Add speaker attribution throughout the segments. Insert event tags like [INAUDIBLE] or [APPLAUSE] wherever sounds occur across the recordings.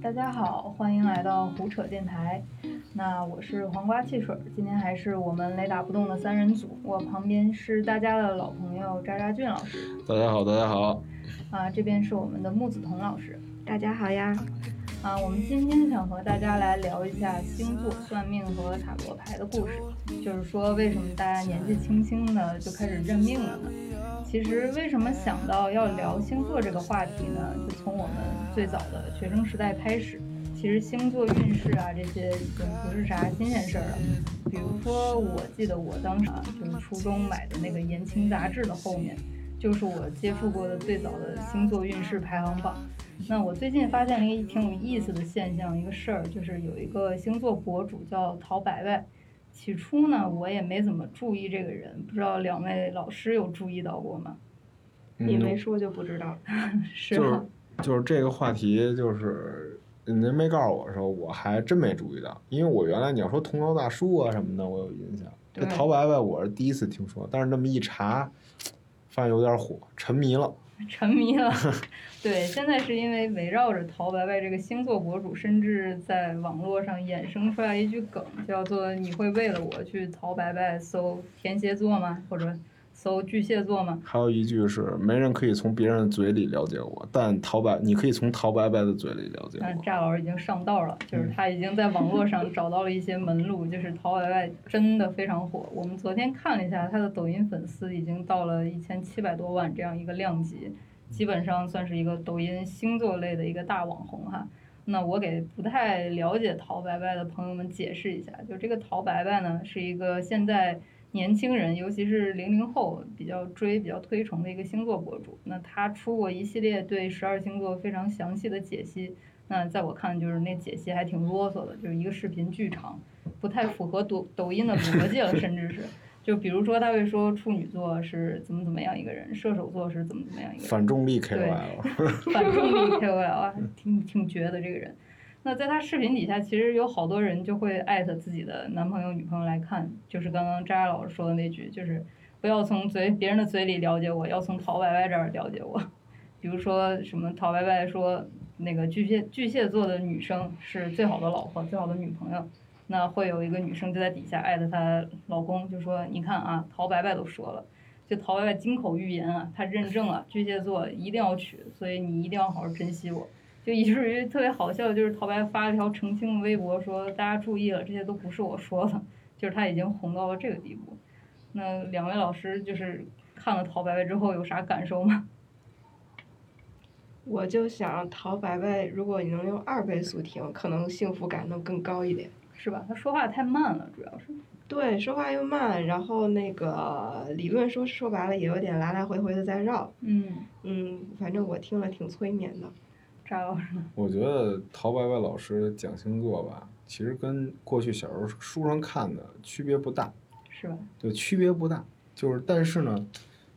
Speaker 1: 大家好，欢迎来到胡扯电台。那我是黄瓜汽水，今天还是我们雷打不动的三人组。我旁边是大家的老朋友渣渣俊老师，
Speaker 2: 大家好，大家好。
Speaker 1: 啊，这边是我们的木子彤老师，
Speaker 3: 大家好呀，
Speaker 1: 啊，我们今天想和大家来聊一下星座、算命和塔罗牌的故事，就是说为什么大家年纪轻轻的就开始认命了呢？其实为什么想到要聊星座这个话题呢？就从我们最早的学生时代开始，其实星座运势啊这些已经不是啥新鲜事儿了。比如说，我记得我当时啊，就是初中买的那个《言情》杂志的后面，就是我接触过的最早的星座运势排行榜。那我最近发现了一个挺有意思的现象，一个事儿，就是有一个星座博主叫陶白白。起初呢，我也没怎么注意这个人，不知道两位老师有注意到过吗？
Speaker 3: 你没
Speaker 2: 嗯，
Speaker 3: 说就不知道。
Speaker 1: 是
Speaker 2: 就是
Speaker 1: 吗？
Speaker 2: 就是这个话题，就是您没告诉我的时候，我还真没注意到，因为我原来你要说铜锣大叔啊什么的，我有印象。这
Speaker 1: 对
Speaker 2: 陶白白我是第一次听说，但是那么一查，发现有点火，沉迷了。
Speaker 1: 沉迷了。对，现在是因为围绕着陶白白这个星座博主，甚至在网络上衍生出来一句梗，叫做“你会为了我去陶白白搜天蝎座吗？或者搜巨蟹座吗？”
Speaker 2: 还有一句是，没人可以从别人的嘴里了解我，但陶白你可以从陶白白的嘴里了解
Speaker 1: 嗯，
Speaker 2: 我。
Speaker 1: 炸老师已经上道了，就是他已经在网络上找到了一些门路，就是陶白白真的非常火。我们昨天看了一下，他的抖音粉丝已经到了一千七百多万这样一个量级，基本上算是一个抖音星座类的一个大网红哈。那我给不太了解陶白白的朋友们解释一下，就这个陶白白呢，是一个现在年轻人，尤其是零零后比较追、比较推崇的一个星座博主。那他出过一系列对十二星座非常详细的解析，那在我看就是那解析还挺啰嗦的，就是一个视频巨长，不太符合抖 [LAUGHS] 抖音的逻辑了，甚至是。就比如说，他会说处女座是怎么怎么样一个人，射手座是怎么怎么
Speaker 3: 嗯
Speaker 1: 样一个人，
Speaker 2: 反重力 KY 了，
Speaker 1: [LAUGHS] 反重力 KOL 啊，挺挺绝的这个人。那在他视频底下，其实有好多人就会艾特自己的男朋友、女朋友来看，就是刚刚渣渣老师说的那句，就是不要从嘴别人的嘴里了解我，要从陶白白这儿了解我。比如说什么陶白白说那个巨蟹巨蟹座的女生是最好的老婆、最好的女朋友，那会有一个女生就在底下艾特她老公，就说你看啊，陶白白都说了。就陶白白金口玉言啊，他认证了巨蟹座一定要娶，所以你一定要好好珍惜我。就以至于特别好笑，就是陶白发了条澄清微博说，大家注意了，这些都不是我说的， [LAUGHS] 就是他已经红到了这个地步。那两位老师就是看了陶白白之后有啥感受吗？ [LAUGHS]
Speaker 3: 我就想陶白白，如果你能用二倍速听，可能幸福感能更高一点。
Speaker 1: 是吧？他说话太慢了，主要是。
Speaker 3: 对，说话又慢，然后那个理论说说白了也有点来来回回的在绕。
Speaker 1: 嗯，
Speaker 3: 嗯，反正我听了挺催眠的。
Speaker 1: 扎老师，
Speaker 2: [LAUGHS] 我觉得陶白白老师讲星座吧，其实跟过去小时候书上看的区别不大，
Speaker 1: 是吧？
Speaker 2: 就区别不大。就是但是呢，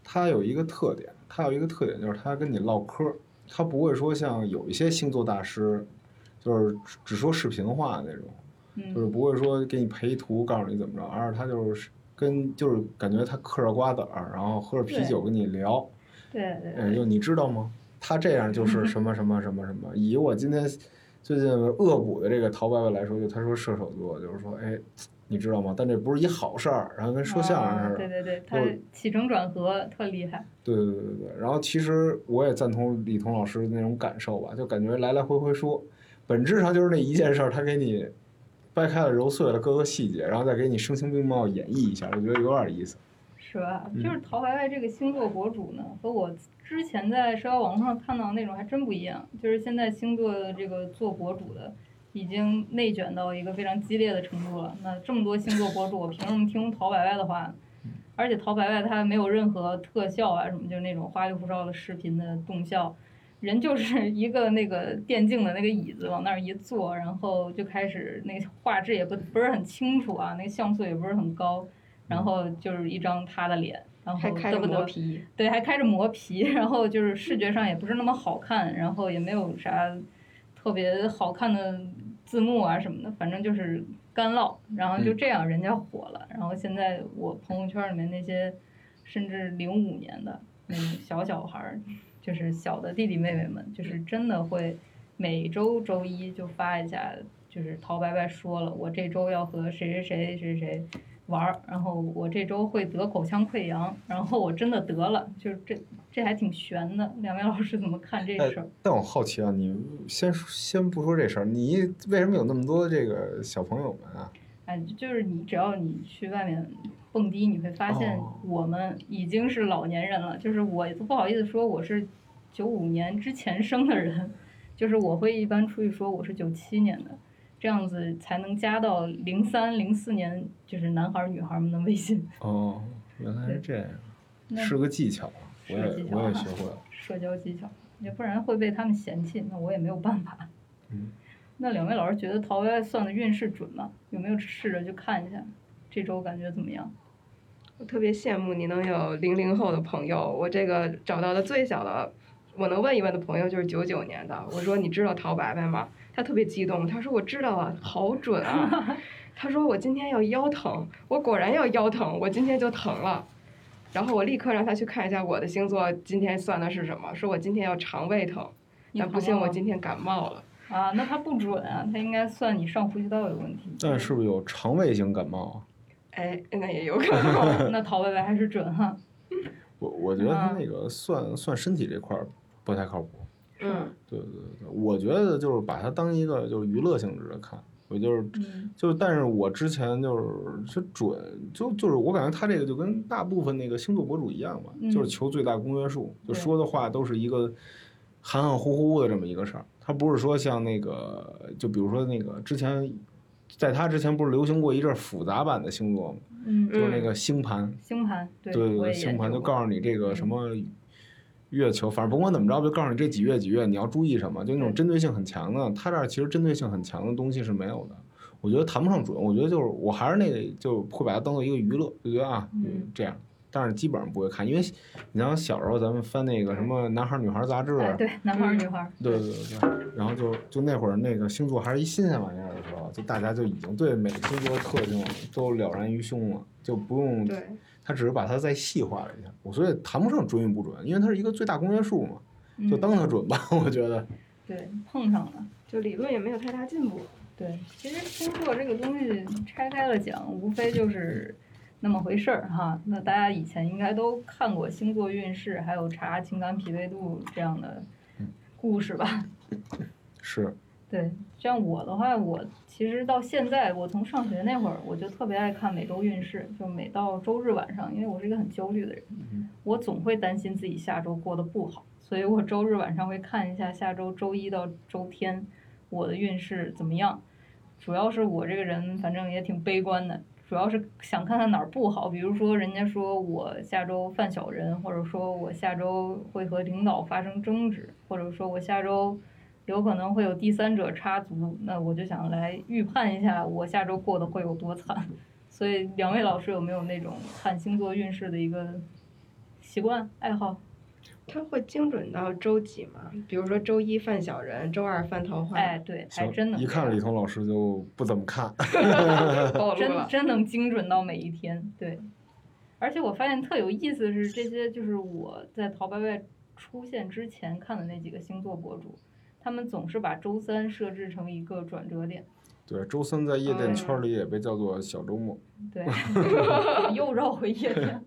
Speaker 2: 他有一个特点，他有一个特点就是他跟你唠嗑儿，他不会说像有一些星座大师，就是只只说视频化那种，就是
Speaker 1: 嗯，
Speaker 2: 不会说给你配一图告诉你怎么着，而是他就是跟就是感觉他嗑着瓜子儿，然后喝着啤酒跟你聊。
Speaker 1: 对对
Speaker 2: 嗯，
Speaker 1: 对，
Speaker 2: 就你知道吗？他这样就是什么什么什么什么。以我今天最近恶补的这个陶白白来说，就他说射手座，就是说，哎，你知道吗？但这不是一好事儿，然后跟说相
Speaker 1: 啊
Speaker 2: 声似
Speaker 1: 对对
Speaker 2: 的。
Speaker 1: 对，他
Speaker 2: 我
Speaker 1: 起承转合特厉害。
Speaker 2: 对对对对对。然后其实我也赞同李彤老师的那种感受吧，就感觉来来回回说，本质上就是那一件事儿，他给你掰开了揉碎了各个细节，然后再给你声情并茂演绎一下，我觉得有点意思。
Speaker 1: 是吧？
Speaker 2: 嗯
Speaker 1: 就是陶白白这个星座博主呢，和我之前在社交网络上看到的那种还真不一样。就是现在星座的这个做博主的，已经内卷到一个非常激烈的程度了。那这么多星座博主，我凭什么听陶白白的话呢？
Speaker 3: 嗯
Speaker 1: 而且陶白白他没有任何特效啊什么，就是那种花里胡哨的视频的动效，人就是一个那个电竞的那个椅子往那儿一坐，然后就开始那个画质也不不是很清楚啊，那个像素也不是很高，然后就是一张他的脸，然后
Speaker 3: 还开着
Speaker 1: 嘚不
Speaker 3: 磨
Speaker 1: 嘚
Speaker 3: 皮，
Speaker 1: 对，还开着磨皮，然后就是视觉上也不是那么好看，然后也没有啥特别好看的字幕啊什么的，反正就是干唠，然后就这样人家火了，然后现在我朋友圈里面那些甚至零五年的那种小小孩儿，就是小的弟弟妹妹们，就是真的会。每周周一就发一下，就是陶白白说了，我这周要和谁谁谁谁谁玩儿，然后我这周会得口腔溃疡，然后我真的得了，就是这这还挺悬的。两位老师怎么看这事儿？
Speaker 2: 但我好奇啊，你先说先不说这事儿，你为什么有那么多这个小朋友们啊？
Speaker 1: 哎，就是你只要你去外面蹦迪，你会发现
Speaker 2: 哦
Speaker 1: 我们已经是老年人了。就是我都不好意思说我是九五年之前生的人，就是我会一般出去说我是九七年的，这样子才能加到零三零四年就是男孩儿女孩儿们的微信，
Speaker 2: 哦，原来是这样，
Speaker 1: 那
Speaker 2: 是个技巧啊，我
Speaker 1: 是个
Speaker 2: 也
Speaker 1: 技巧 [LAUGHS]
Speaker 2: 我也
Speaker 1: 啊
Speaker 2: 学会了。
Speaker 1: 社交技巧，要不然会被他们嫌弃，那我也没有办法。
Speaker 2: 嗯
Speaker 1: [LAUGHS] 那两位老师觉得陶白白算的运势准吗？有没有试着去看一下？这周感觉怎么样？
Speaker 3: 我特别羡慕你能有零零后的朋友，我这个找到的最小的，我能问一问的朋友就是九九年的。我说你知道陶白白吗？他特别激动，他说我知道啊，好
Speaker 1: [LAUGHS]
Speaker 3: 准啊。他说我今天要腰疼，我果然要腰疼，我今天就疼了。然后我立刻让他去看一下我的星座今天算的是什么，说我今天要肠胃疼，
Speaker 1: 你
Speaker 3: 但
Speaker 1: 好啊
Speaker 3: 不幸
Speaker 1: 吗
Speaker 3: 我今天感冒了。
Speaker 1: 啊，那他不准啊，他应该算你上呼吸道有问题。
Speaker 2: 但是不是有肠胃型感冒啊？
Speaker 3: 哎，那也有可能。
Speaker 1: 那陶白白还是准哈，
Speaker 2: 我我觉得他
Speaker 1: 嗯
Speaker 2: 那个算算身体这块儿不太靠谱。
Speaker 3: 嗯，
Speaker 2: 对对对，我觉得就是把它当一个就是娱乐性质的看，我就是
Speaker 1: 嗯，
Speaker 2: 就是，但是我之前就是就准就就是我感觉他这个就跟大部分那个星座博主一样吧，
Speaker 1: 嗯
Speaker 2: 就是求最大公约数，就
Speaker 1: 对
Speaker 2: 说的话都是一个含含糊糊的这么一个事儿，他不是说像那个就比如说那个之前。在他之前不是流行过一阵儿复杂版的星座吗？
Speaker 1: 嗯，
Speaker 2: 就是那个星盘，
Speaker 1: 星盘，对
Speaker 2: 对对
Speaker 1: 我也
Speaker 2: 对，星
Speaker 1: 研
Speaker 2: 盘
Speaker 1: 究
Speaker 2: 就
Speaker 1: 过嗯
Speaker 2: 告诉你这个什么月球，反正甭管怎么着，就告诉你这几月几月你要注意什么，就那种
Speaker 1: 对
Speaker 2: 针对性很强的。它这儿其实针对性很强的东西是没有的，我觉得谈不上准。我觉得就是我还是那个，就会把它当做一个娱乐，就觉得啊、
Speaker 1: 嗯
Speaker 2: 这样。但是基本上不会看，因为你像小时候咱们翻那个什么《男孩儿女孩儿》杂志，
Speaker 1: 哎，对，男孩儿女孩儿，
Speaker 2: 对对对对，然后就就那会儿那个星座还是一新鲜玩意儿的时候，就大家就已经对每个星座的特性都了然于胸了，就不用
Speaker 3: 对。
Speaker 2: 他只是把它再细化了一下，我所以谈不上准与不准，因为它是一个最大公约数嘛，
Speaker 1: 嗯
Speaker 2: 就当它准吧， [LAUGHS] 我觉得。
Speaker 1: 对碰上了。
Speaker 3: 就理论也没有太大进步。
Speaker 1: 对，其实星座这个东西拆开了讲，无非就是那么回事儿哈。那大家以前应该都看过星座运势，还有查情感匹配度这样的故事吧？
Speaker 2: 是，
Speaker 1: 对，像我的话，我其实到现在，我从上学那会儿，我就特别爱看每周运势，就每到周日晚上，因为我是一个很焦虑的人，我总会担心自己下周过得不好，所以我周日晚上会看一下下周周一到周天我的运势怎么样。主要是我这个人反正也挺悲观的，主要是想看看哪儿不好，比如说人家说我下周犯小人，或者说我下周会和领导发生争执，或者说我下周有可能会有第三者插足，那我就想来预判一下我下周过得会有多惨。所以两位老师有没有那种看星座运势的一个习惯爱
Speaker 3: 嗯
Speaker 1: 好？
Speaker 3: 它会精准到周几吗？比如说周一犯小人，周二犯桃花，
Speaker 1: 哎，对，还
Speaker 2: 行
Speaker 1: 真能
Speaker 2: 一
Speaker 1: 这
Speaker 2: 看
Speaker 1: 样
Speaker 2: 李彤老师就不怎么看， [LAUGHS]
Speaker 3: 暴露
Speaker 1: 真
Speaker 3: 了。
Speaker 1: 真能精准到每一天，对。而且我发现特有意思的是，这些就是我在陶白白出现之前看的那几个星座博主，他们总是把周三设置成一个转折点，
Speaker 2: 对，周三在夜
Speaker 1: 嗯
Speaker 2: 店圈里也被叫做小周末，
Speaker 1: 对，又绕回夜店了。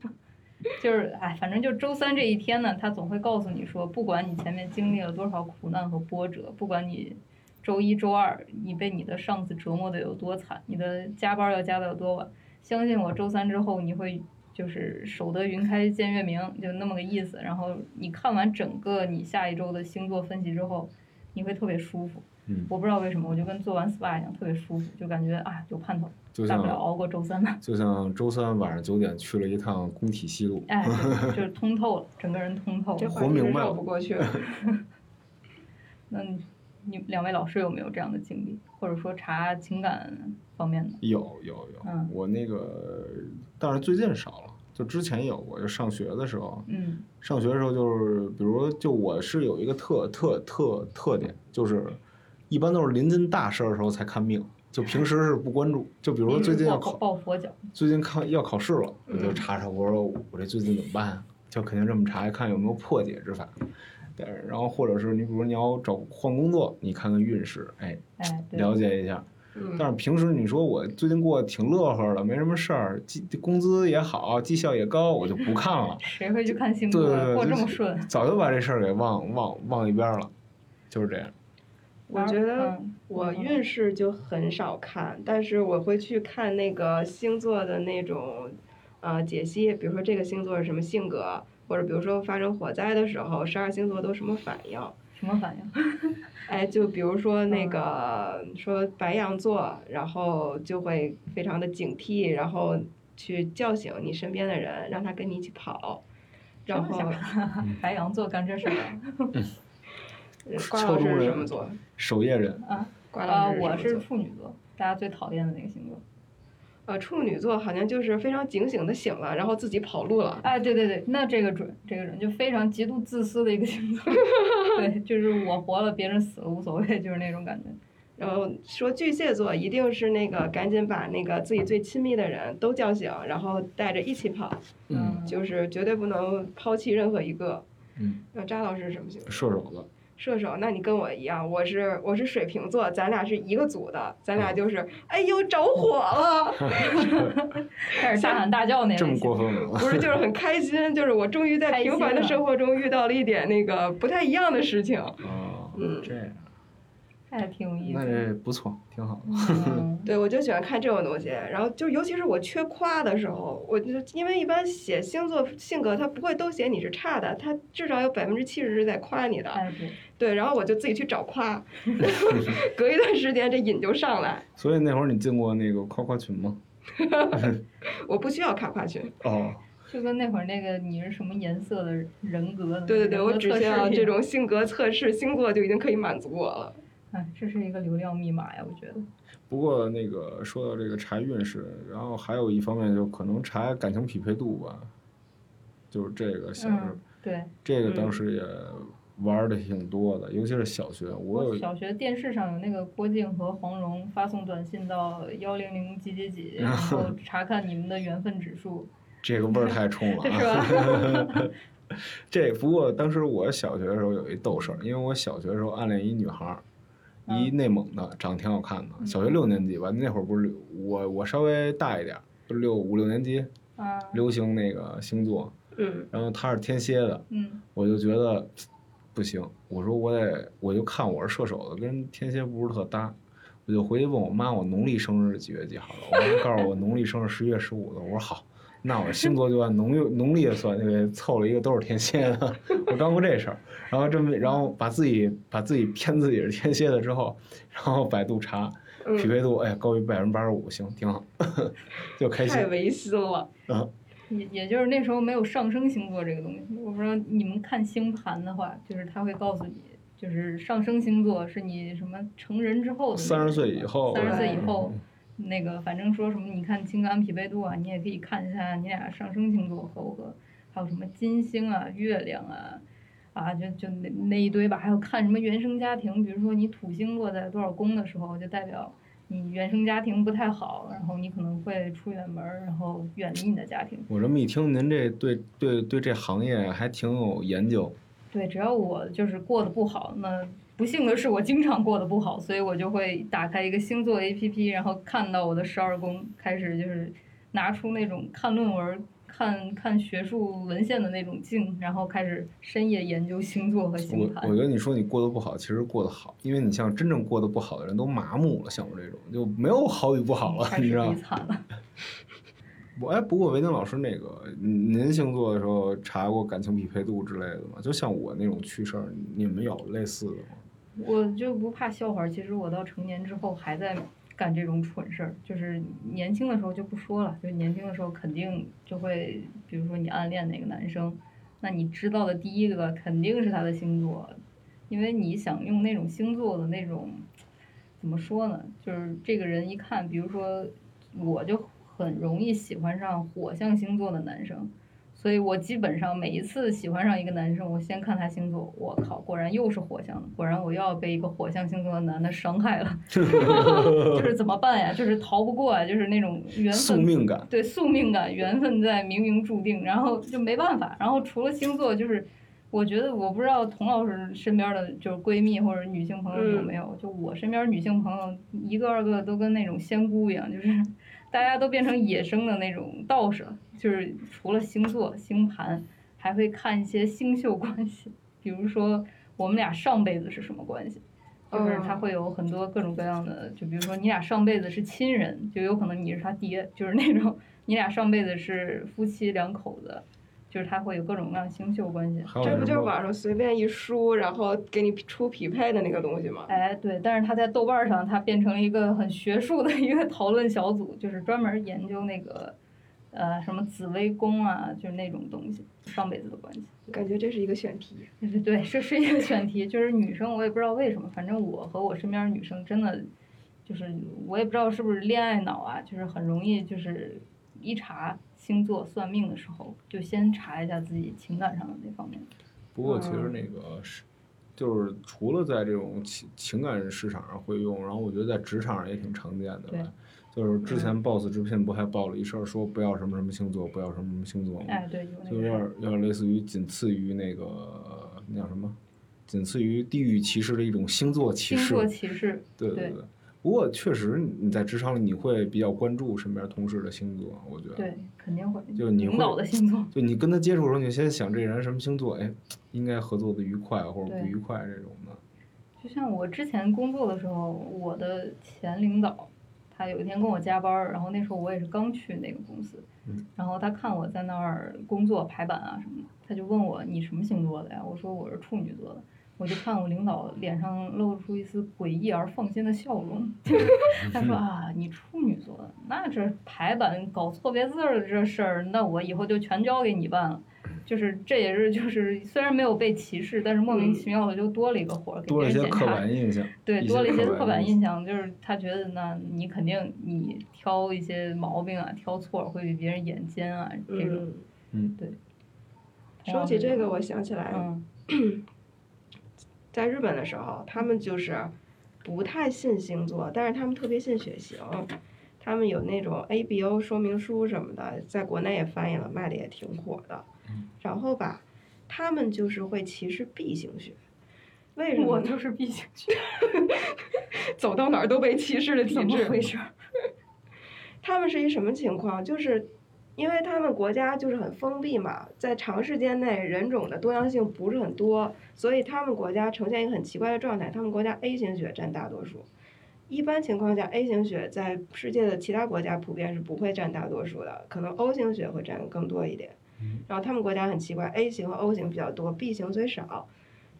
Speaker 1: 就是哎，反正就周三这一天呢，他总会告诉你说，不管你前面经历了多少苦难和波折，不管你周一周二你被你的上司折磨的有多惨，你的加班要加的有多晚，相信我，周三之后你会就是守得云开见月明，就那么个意思。然后你看完整个你下一周的星座分析之后，你会特别舒服。
Speaker 2: 嗯
Speaker 1: 我不知道为什么，我就跟做完 SPA 一样，特别舒服，就感觉啊有盼头，
Speaker 2: 就
Speaker 1: 大不了
Speaker 2: 像
Speaker 1: 熬过周三吧。
Speaker 2: 就像周三晚上九点去了一趟工体西路，
Speaker 1: 哎，对
Speaker 2: [LAUGHS]
Speaker 1: 就是通透了，整个人通透
Speaker 3: 这
Speaker 1: 了。
Speaker 3: 话
Speaker 2: 活
Speaker 3: 题
Speaker 2: 明
Speaker 3: 是
Speaker 2: 白
Speaker 3: 绕
Speaker 2: 了
Speaker 3: 不过去了。
Speaker 2: [LAUGHS]
Speaker 1: 那你你两位老师有没有这样的经历，或者说查情感方面的？
Speaker 2: 有有有，
Speaker 1: 嗯
Speaker 2: 我那个但是最近少了，就之前有过，就上学的时候，
Speaker 1: 嗯
Speaker 2: 上学的时候就是，比如说，就我是有一个特特特特点，就是一般都是临近大事儿的时候才看命，就平时是不关注。就比如说最近要
Speaker 1: 抱
Speaker 2: 考，
Speaker 1: 抱佛脚，
Speaker 2: 最近考要考试了，我就
Speaker 3: 嗯
Speaker 2: 查查，我说我这最近怎么办啊、就肯定这么查，看有没有破解之法。对，然后或者是你比如你要找换工作，你看看运势，哎，
Speaker 1: 哎，对，，
Speaker 2: 了解一下。
Speaker 3: 嗯
Speaker 2: 但是平时你说我最近过得挺乐呵的，没什么事儿，绩工资也好，绩效也高，我就不看了
Speaker 1: 谁会去看星
Speaker 2: 对
Speaker 1: 座啊
Speaker 2: 对对
Speaker 1: 过这
Speaker 2: 就
Speaker 1: 么
Speaker 2: 是
Speaker 1: 顺？
Speaker 2: 早就把这事儿给忘忘忘一边儿了，就是这样。
Speaker 3: 我觉得
Speaker 1: 嗯
Speaker 3: 我
Speaker 1: 嗯
Speaker 3: 运势就很少看，但是我会去看那个星座的那种呃解析，比如说这个星座是什么性格，或者比如说发生火灾的时候，十二星座都什么反应。
Speaker 1: 什么反
Speaker 2: 嗯
Speaker 1: 应？
Speaker 3: 哎，就比如说那个说白羊座，然后就会非常的警惕，然后去叫醒你身边的人，让他跟你一起跑。然
Speaker 1: 真的
Speaker 3: 后
Speaker 1: 假的白羊座干这事儿
Speaker 3: [LAUGHS]
Speaker 1: 啊
Speaker 3: 呃瓜老师是什么座？呃
Speaker 2: 守夜人，
Speaker 1: 啊？
Speaker 3: 瓜
Speaker 1: 啊，
Speaker 3: 老师
Speaker 1: 我
Speaker 3: 什么
Speaker 1: 是
Speaker 3: 座
Speaker 1: 处女座，大家最讨厌的那个星座。
Speaker 3: 呃处女座，好像就是非常警醒的醒了，然后自己跑路了。
Speaker 1: 哎，对对对，那这个准，这个准，就非常极度自私的一个星座。 [LAUGHS] 对，就是我活了，别人死了无所谓，就是那种感觉。
Speaker 3: 然后说巨蟹座一定是那个赶紧把那个自己最亲密的人都叫醒，然后带着一起跑，
Speaker 2: 嗯
Speaker 3: 就是绝对不能抛弃任何一个。
Speaker 2: 嗯，
Speaker 3: 那扎老师是什么星座？
Speaker 2: 射手座，
Speaker 3: 射手，那你跟我一样，我是我是水瓶座，咱俩是一个组的，咱俩就是，哎呦着火了，
Speaker 1: 开始大喊大叫那类
Speaker 2: 这么
Speaker 1: 型。
Speaker 2: 过分吗？
Speaker 3: 不是就是很开心，就是我终于在平凡的生活中遇到了一点那个不太一样的事情，
Speaker 2: 啊，
Speaker 3: 嗯，
Speaker 2: 这样，
Speaker 1: 哎，挺有意思
Speaker 2: 那
Speaker 1: 的。
Speaker 2: 这不错，挺好。
Speaker 3: [LAUGHS]
Speaker 1: 嗯
Speaker 3: 对我就喜欢看这种东西，然后就尤其是我缺夸的时候，我就因为一般写星座性格，他不会都写你是差的，他至少有百分之七十是在夸你的，
Speaker 1: 哎，对，
Speaker 3: 对，然后我就自己去找夸， [LAUGHS] 隔一段时间这瘾就上来，
Speaker 2: 所以那会儿你进过那个夸夸群吗？
Speaker 3: 我不需要卡夸群。
Speaker 2: 哦，
Speaker 1: 就跟那会儿那个你是什么颜色的人格的
Speaker 3: 对对对，
Speaker 1: 人
Speaker 3: 我
Speaker 1: 格
Speaker 3: 只
Speaker 1: 测
Speaker 3: 需
Speaker 1: 试
Speaker 3: 要
Speaker 1: 一
Speaker 3: 这
Speaker 1: 样。
Speaker 3: 种性格测试，星座就已经可以满足我了。
Speaker 1: 哎，这是一个流量密码呀，我觉得。
Speaker 2: 不过那个说到这个查运势，然后还有一方面就可能查感情匹配度吧，就是这个形式。
Speaker 1: 嗯，对，
Speaker 2: 这个
Speaker 3: 嗯
Speaker 2: 当时也玩的挺多的，尤其是小学，我有
Speaker 1: 我小学电视上有那个郭靖和黄蓉发送短信到幺零零几几
Speaker 2: [LAUGHS]
Speaker 1: 几，然后查看你们的缘分指数，
Speaker 2: 这个味儿太冲
Speaker 1: [LAUGHS]
Speaker 2: 了
Speaker 1: 这
Speaker 2: 啊！
Speaker 1: 是
Speaker 2: [LAUGHS]
Speaker 1: 吧？
Speaker 2: 这不过当时我小学的时候有一逗事儿，因为我小学的时候暗恋一女孩儿，一内蒙的，长得挺好看的。
Speaker 1: 嗯
Speaker 2: 小学六年级吧，那会儿不是我我稍微大一点儿，就六五六年级，
Speaker 1: 啊，
Speaker 2: 流行那个星座，
Speaker 3: 嗯，
Speaker 2: 然后她是天蝎的，
Speaker 1: 嗯，
Speaker 2: 我就觉得不行，我说我得我就看我是射手的，跟天蝎不是特搭。我就回去问我妈，我农历生日几月几号了？我妈告诉我农历生日十一月十五的。我说好，那我星座就按农历农历的算，就给凑了一个都是天蝎的。我干过这事儿，然后这么然后把自己把自己骗自己是天蝎的之后，然后百度查
Speaker 3: 嗯
Speaker 2: 匹配度，哎，高于百分之八十五，行，挺好，就开心
Speaker 3: 太违心了。
Speaker 2: 啊。
Speaker 1: 也也就是那时候没有上升星座这个东西，我不知道你们看星盘的话，就是他会告诉你，就是上升星座是你什么成人之后的那个
Speaker 2: 三十岁以后，嗯
Speaker 1: 三十岁
Speaker 3: 对
Speaker 1: 以后，那个反正说什么，你看情感匹配度啊，你也可以看一下你俩上升星座合不合，还有什么金星啊、月亮啊，啊，就就那那一堆吧。还有看什么原生家庭，比如说你土星落在多少宫的时候，就代表你原生家庭不太好，然后你可能会出远门儿，然后远离你的家庭。
Speaker 2: 我这么一听，您这对对对这行业还挺有研究。
Speaker 1: 对，只要我就是过得不好，那不幸的是我经常过得不好，所以我就会打开一个星座 A P P，然后看到我的十二宫，开始就是拿出那种看论文、看看学术文献的那种劲，然后开始深夜研究星座和
Speaker 2: 我
Speaker 1: 星盘
Speaker 2: 我。觉得你说你过得不好，其实过得好，因为你像真正过得不好的人都麻木了，像我这种就没有好与不好
Speaker 3: 嗯
Speaker 2: 了，
Speaker 1: 开
Speaker 2: 你
Speaker 1: 始
Speaker 2: 知道
Speaker 1: 悲
Speaker 2: 吗？
Speaker 1: 惨了， [LAUGHS]
Speaker 2: 我哎，不过维丁老师那个，您您星座的时候查过感情匹配度之类的吗？就像我那种趣事儿，你们有类似的吗？
Speaker 1: 我就不怕笑话儿。其实我到成年之后还在干这种蠢事儿，就是年轻的时候就不说了，就是年轻的时候肯定就会，比如说你暗恋哪个男生，那你知道的第一个肯定是他的星座，因为你想用那种星座的那种，怎么说呢？就是这个人一看，比如说我就很容易喜欢上火象星座的男生，所以我基本上每一次喜欢上一个男生，我先看他星座，我靠，果然又是火象的，果然我又要被一个火象星座的男的伤害了， [LAUGHS] 就是怎么办呀？就是逃不过啊，就是那种缘
Speaker 2: 宿
Speaker 1: 分
Speaker 2: 命感，
Speaker 1: 对宿命感、缘分在冥冥注定，然后就没办法。然后除了星座，就是我觉得我不知道童老师身边的就是闺蜜或者女性朋友有没有，就我身边女性朋友一个二个都跟那种仙姑一样，就是 [LAUGHS] 大家都变成野生的那种道士了，就是除了星座、星盘，还会看一些星宿关系，比如说我们俩上辈子是什么关系。就是他会有很多各种各样的，就比如说你俩上辈子是亲人，就有可能你是他爹，就是那种你俩上辈子是夫妻两口子，就是他会有各种各样星宿关系。
Speaker 2: 还有
Speaker 3: 这
Speaker 2: 人
Speaker 3: 不就是
Speaker 2: 说
Speaker 3: 网上随便一输，然后给你出匹配的那个东西吗？
Speaker 1: 哎，对，但是他在豆瓣儿上，他变成了一个很学术的一个讨论小组，就是专门研究那个，呃，什么紫微宫啊，就是那种东西，上辈子的关系。 [LAUGHS]
Speaker 3: 感觉这是一个选题。
Speaker 1: 对对，这是一个选题，就是女生，我也不知道为什么，反正我和我身边的女生真的，就是我也不知道是不是恋爱脑啊，就是很容易就是一查星座算命的时候，就先查一下自己情感上的那方面。
Speaker 2: 不过其
Speaker 3: 嗯
Speaker 2: 实那个是，就是除了在这种情情感市场上会用，然后我觉得在职场上也挺常见的
Speaker 1: 对
Speaker 2: 吧。就是
Speaker 3: 嗯
Speaker 2: 之前 boss 直聘不还爆了一事儿，说不要什么什么星座，不要什么什么星座吗？
Speaker 1: 哎，对，有那
Speaker 2: 就
Speaker 1: 个
Speaker 2: 有
Speaker 1: 事
Speaker 2: 点
Speaker 1: 儿。
Speaker 2: 有点类似于仅次于那个那叫什么，仅次于地域歧视的一种星座歧
Speaker 1: 星
Speaker 2: 视。
Speaker 1: 座歧视，
Speaker 2: 对
Speaker 1: 对
Speaker 2: 对。不过确实你在职场里你会比较关注身边同事的星座，我觉得。
Speaker 1: 对，肯定会。
Speaker 2: 就你
Speaker 1: 领
Speaker 2: 会
Speaker 1: 导的星座，
Speaker 2: 就你跟他接触的时候，你先想这人什么星座，哎，应该合作的愉快或者
Speaker 1: 对
Speaker 2: 不愉快这种的。
Speaker 1: 就像我之前工作的时候，我的前领导，他有一天跟我加班儿，然后那时候我也是刚去那个公司，
Speaker 2: 嗯
Speaker 1: 然后他看我在那儿工作排版啊什么的，他就问我你什么星座的呀？我说我是处女座的。我就看我领导脸上露出一丝诡异而放心的笑容， [LAUGHS] 他说啊，你处女座的，那这排版搞错别字儿的这事儿，那我以后就全交给你办了。就是这也是就是虽然没有被歧视，但是莫名其妙的就多了一个活儿给
Speaker 2: 多
Speaker 1: 别
Speaker 2: 了一
Speaker 1: 人
Speaker 2: 些
Speaker 1: 检
Speaker 2: 刻
Speaker 1: 查。
Speaker 2: 板印象，
Speaker 1: 对，多了一些刻板
Speaker 2: 象。
Speaker 1: 印象，就是他觉得呢，你肯定你挑一些毛病啊，挑错了会被别人眼尖啊，这种。
Speaker 3: 嗯，
Speaker 1: 同
Speaker 3: 说
Speaker 1: 样
Speaker 3: 起
Speaker 1: 的
Speaker 3: 这个，我想起来，
Speaker 1: 嗯，
Speaker 3: 在日本的时候，他们就是不太信星座，但是他们特别信血型。他们有那种 ABO 说明书什么的，在国内也翻译了，卖的也挺火的。然后吧，他们就是会歧视 B 型血，为什么
Speaker 1: 我
Speaker 3: 呢？
Speaker 1: 就是必须 [LAUGHS]
Speaker 3: 走到哪儿都被歧视的体
Speaker 1: 怎么
Speaker 3: 质。
Speaker 1: 回事？
Speaker 3: [LAUGHS] 他们是一什么情况？就是因为他们国家就是很封闭嘛，在长时间内人种的多样性不是很多，所以他们国家呈现一个很奇怪的状态。他们国家 A 型血占大多数，一般情况下 A 型血在世界的其他国家普遍是不会占大多数的，可能 O 型血会占更多一点。然后他们国家很奇怪，A 型和 O 型比较多，B 型虽少。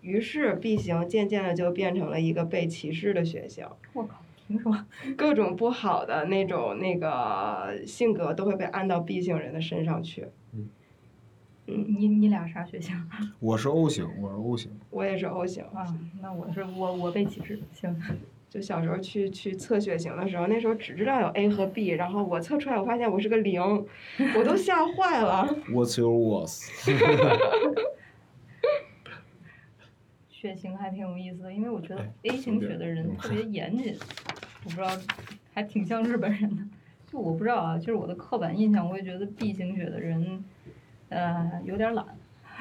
Speaker 3: 于是 B 型渐渐的就变成了一个被歧视的血型，
Speaker 1: 我靠，凭什么？
Speaker 3: 各种不好的那种那个性格都会被安到 B 型人的身上去。
Speaker 2: 嗯
Speaker 3: 嗯，
Speaker 1: 你你俩啥血型
Speaker 2: 我是 O 型，我是 O 型，
Speaker 3: 我也是 O 型，
Speaker 1: 啊？那我是我我被歧视，行， [LAUGHS]
Speaker 3: 就小时候去去测血型的时候，那时候只知道有 A 和 B，然后我测出来，我发现我是个零，我都吓坏
Speaker 2: [LAUGHS]
Speaker 3: 了。
Speaker 2: What's
Speaker 1: [LAUGHS]
Speaker 2: your was？
Speaker 1: 血型还挺有意思的，因为我觉得
Speaker 2: 哎
Speaker 1: A 型血的
Speaker 2: 随
Speaker 1: 人
Speaker 2: 便
Speaker 1: 特别
Speaker 2: [LAUGHS]
Speaker 1: 严谨，我不知道，还挺像日本人的。就我不知道啊，就是我的刻板印象，我也觉得 B 型血的人，呃，有点懒。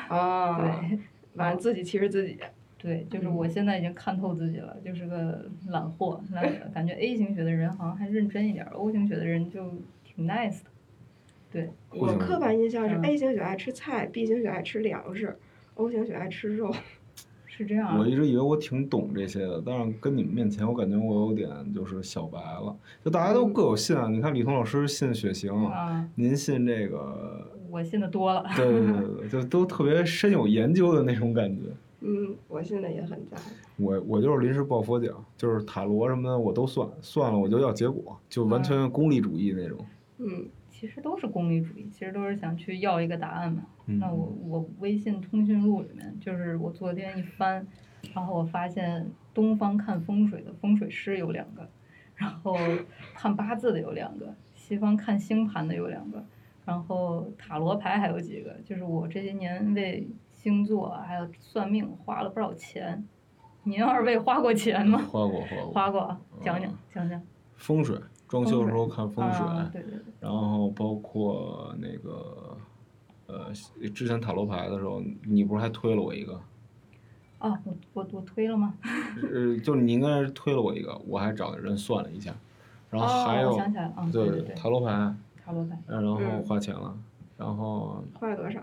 Speaker 3: 啊，
Speaker 1: 对
Speaker 3: 完了自己歧视自己。
Speaker 1: 对，就是
Speaker 3: 嗯
Speaker 1: 我现在已经看透自己了，就是个懒货。懒，感觉 A 型血的人好像还认真一点儿，O 型血的人就挺 nice 的。
Speaker 2: 互
Speaker 3: 我
Speaker 2: 相
Speaker 3: 刻板印象是
Speaker 1: 嗯
Speaker 3: A 型血爱吃菜，B 型血爱吃粮食，O 型血爱吃肉。
Speaker 1: 是这样啊
Speaker 2: 我，一直以为我挺懂这些的，但是跟你们面前，我感觉我有点就是小白了。就大家都各有信啊，你看李彤老师信血型，
Speaker 1: 啊，
Speaker 2: 您信这个，
Speaker 1: 我信的多了。
Speaker 2: 对对对对，就都特别深有研究的那种感觉。
Speaker 3: 嗯，我现在也很赞。
Speaker 2: 我我就是临时抱佛脚，就是塔罗什么的我都算，算了我就要结果，就完全功利主义那种。
Speaker 3: 嗯，
Speaker 1: 其实都是功利主义，其实都是想去要一个答案嘛。
Speaker 2: 嗯
Speaker 1: 那我我微信通讯录里面，就是我昨天一翻，然后我发现东方看风水的风水师有两个，然后看八字的有两个，西方看星盘的有两个，然后塔罗牌还有几个。就是我这些年为星座啊还有算命花了不少钱，您二位花过钱吗？
Speaker 2: 花过花过，
Speaker 1: 花过，啊，讲讲
Speaker 2: 嗯
Speaker 1: 讲讲。
Speaker 2: 风水装修的时候看风水，
Speaker 1: 啊，对对对，
Speaker 2: 然后包括那个。呃之前塔罗牌的时候，你不是还推了我一个？
Speaker 1: 啊，我我我推了吗？
Speaker 2: 呃，就是你应该是推了我一个，我还找人算了一下，然后
Speaker 1: 哦，
Speaker 2: 还有、
Speaker 1: 我想起来了，啊，对对对，
Speaker 2: 塔罗牌，呃
Speaker 1: 塔罗牌，
Speaker 2: 然后
Speaker 3: 嗯
Speaker 2: 花钱了，然后
Speaker 3: 花了多少？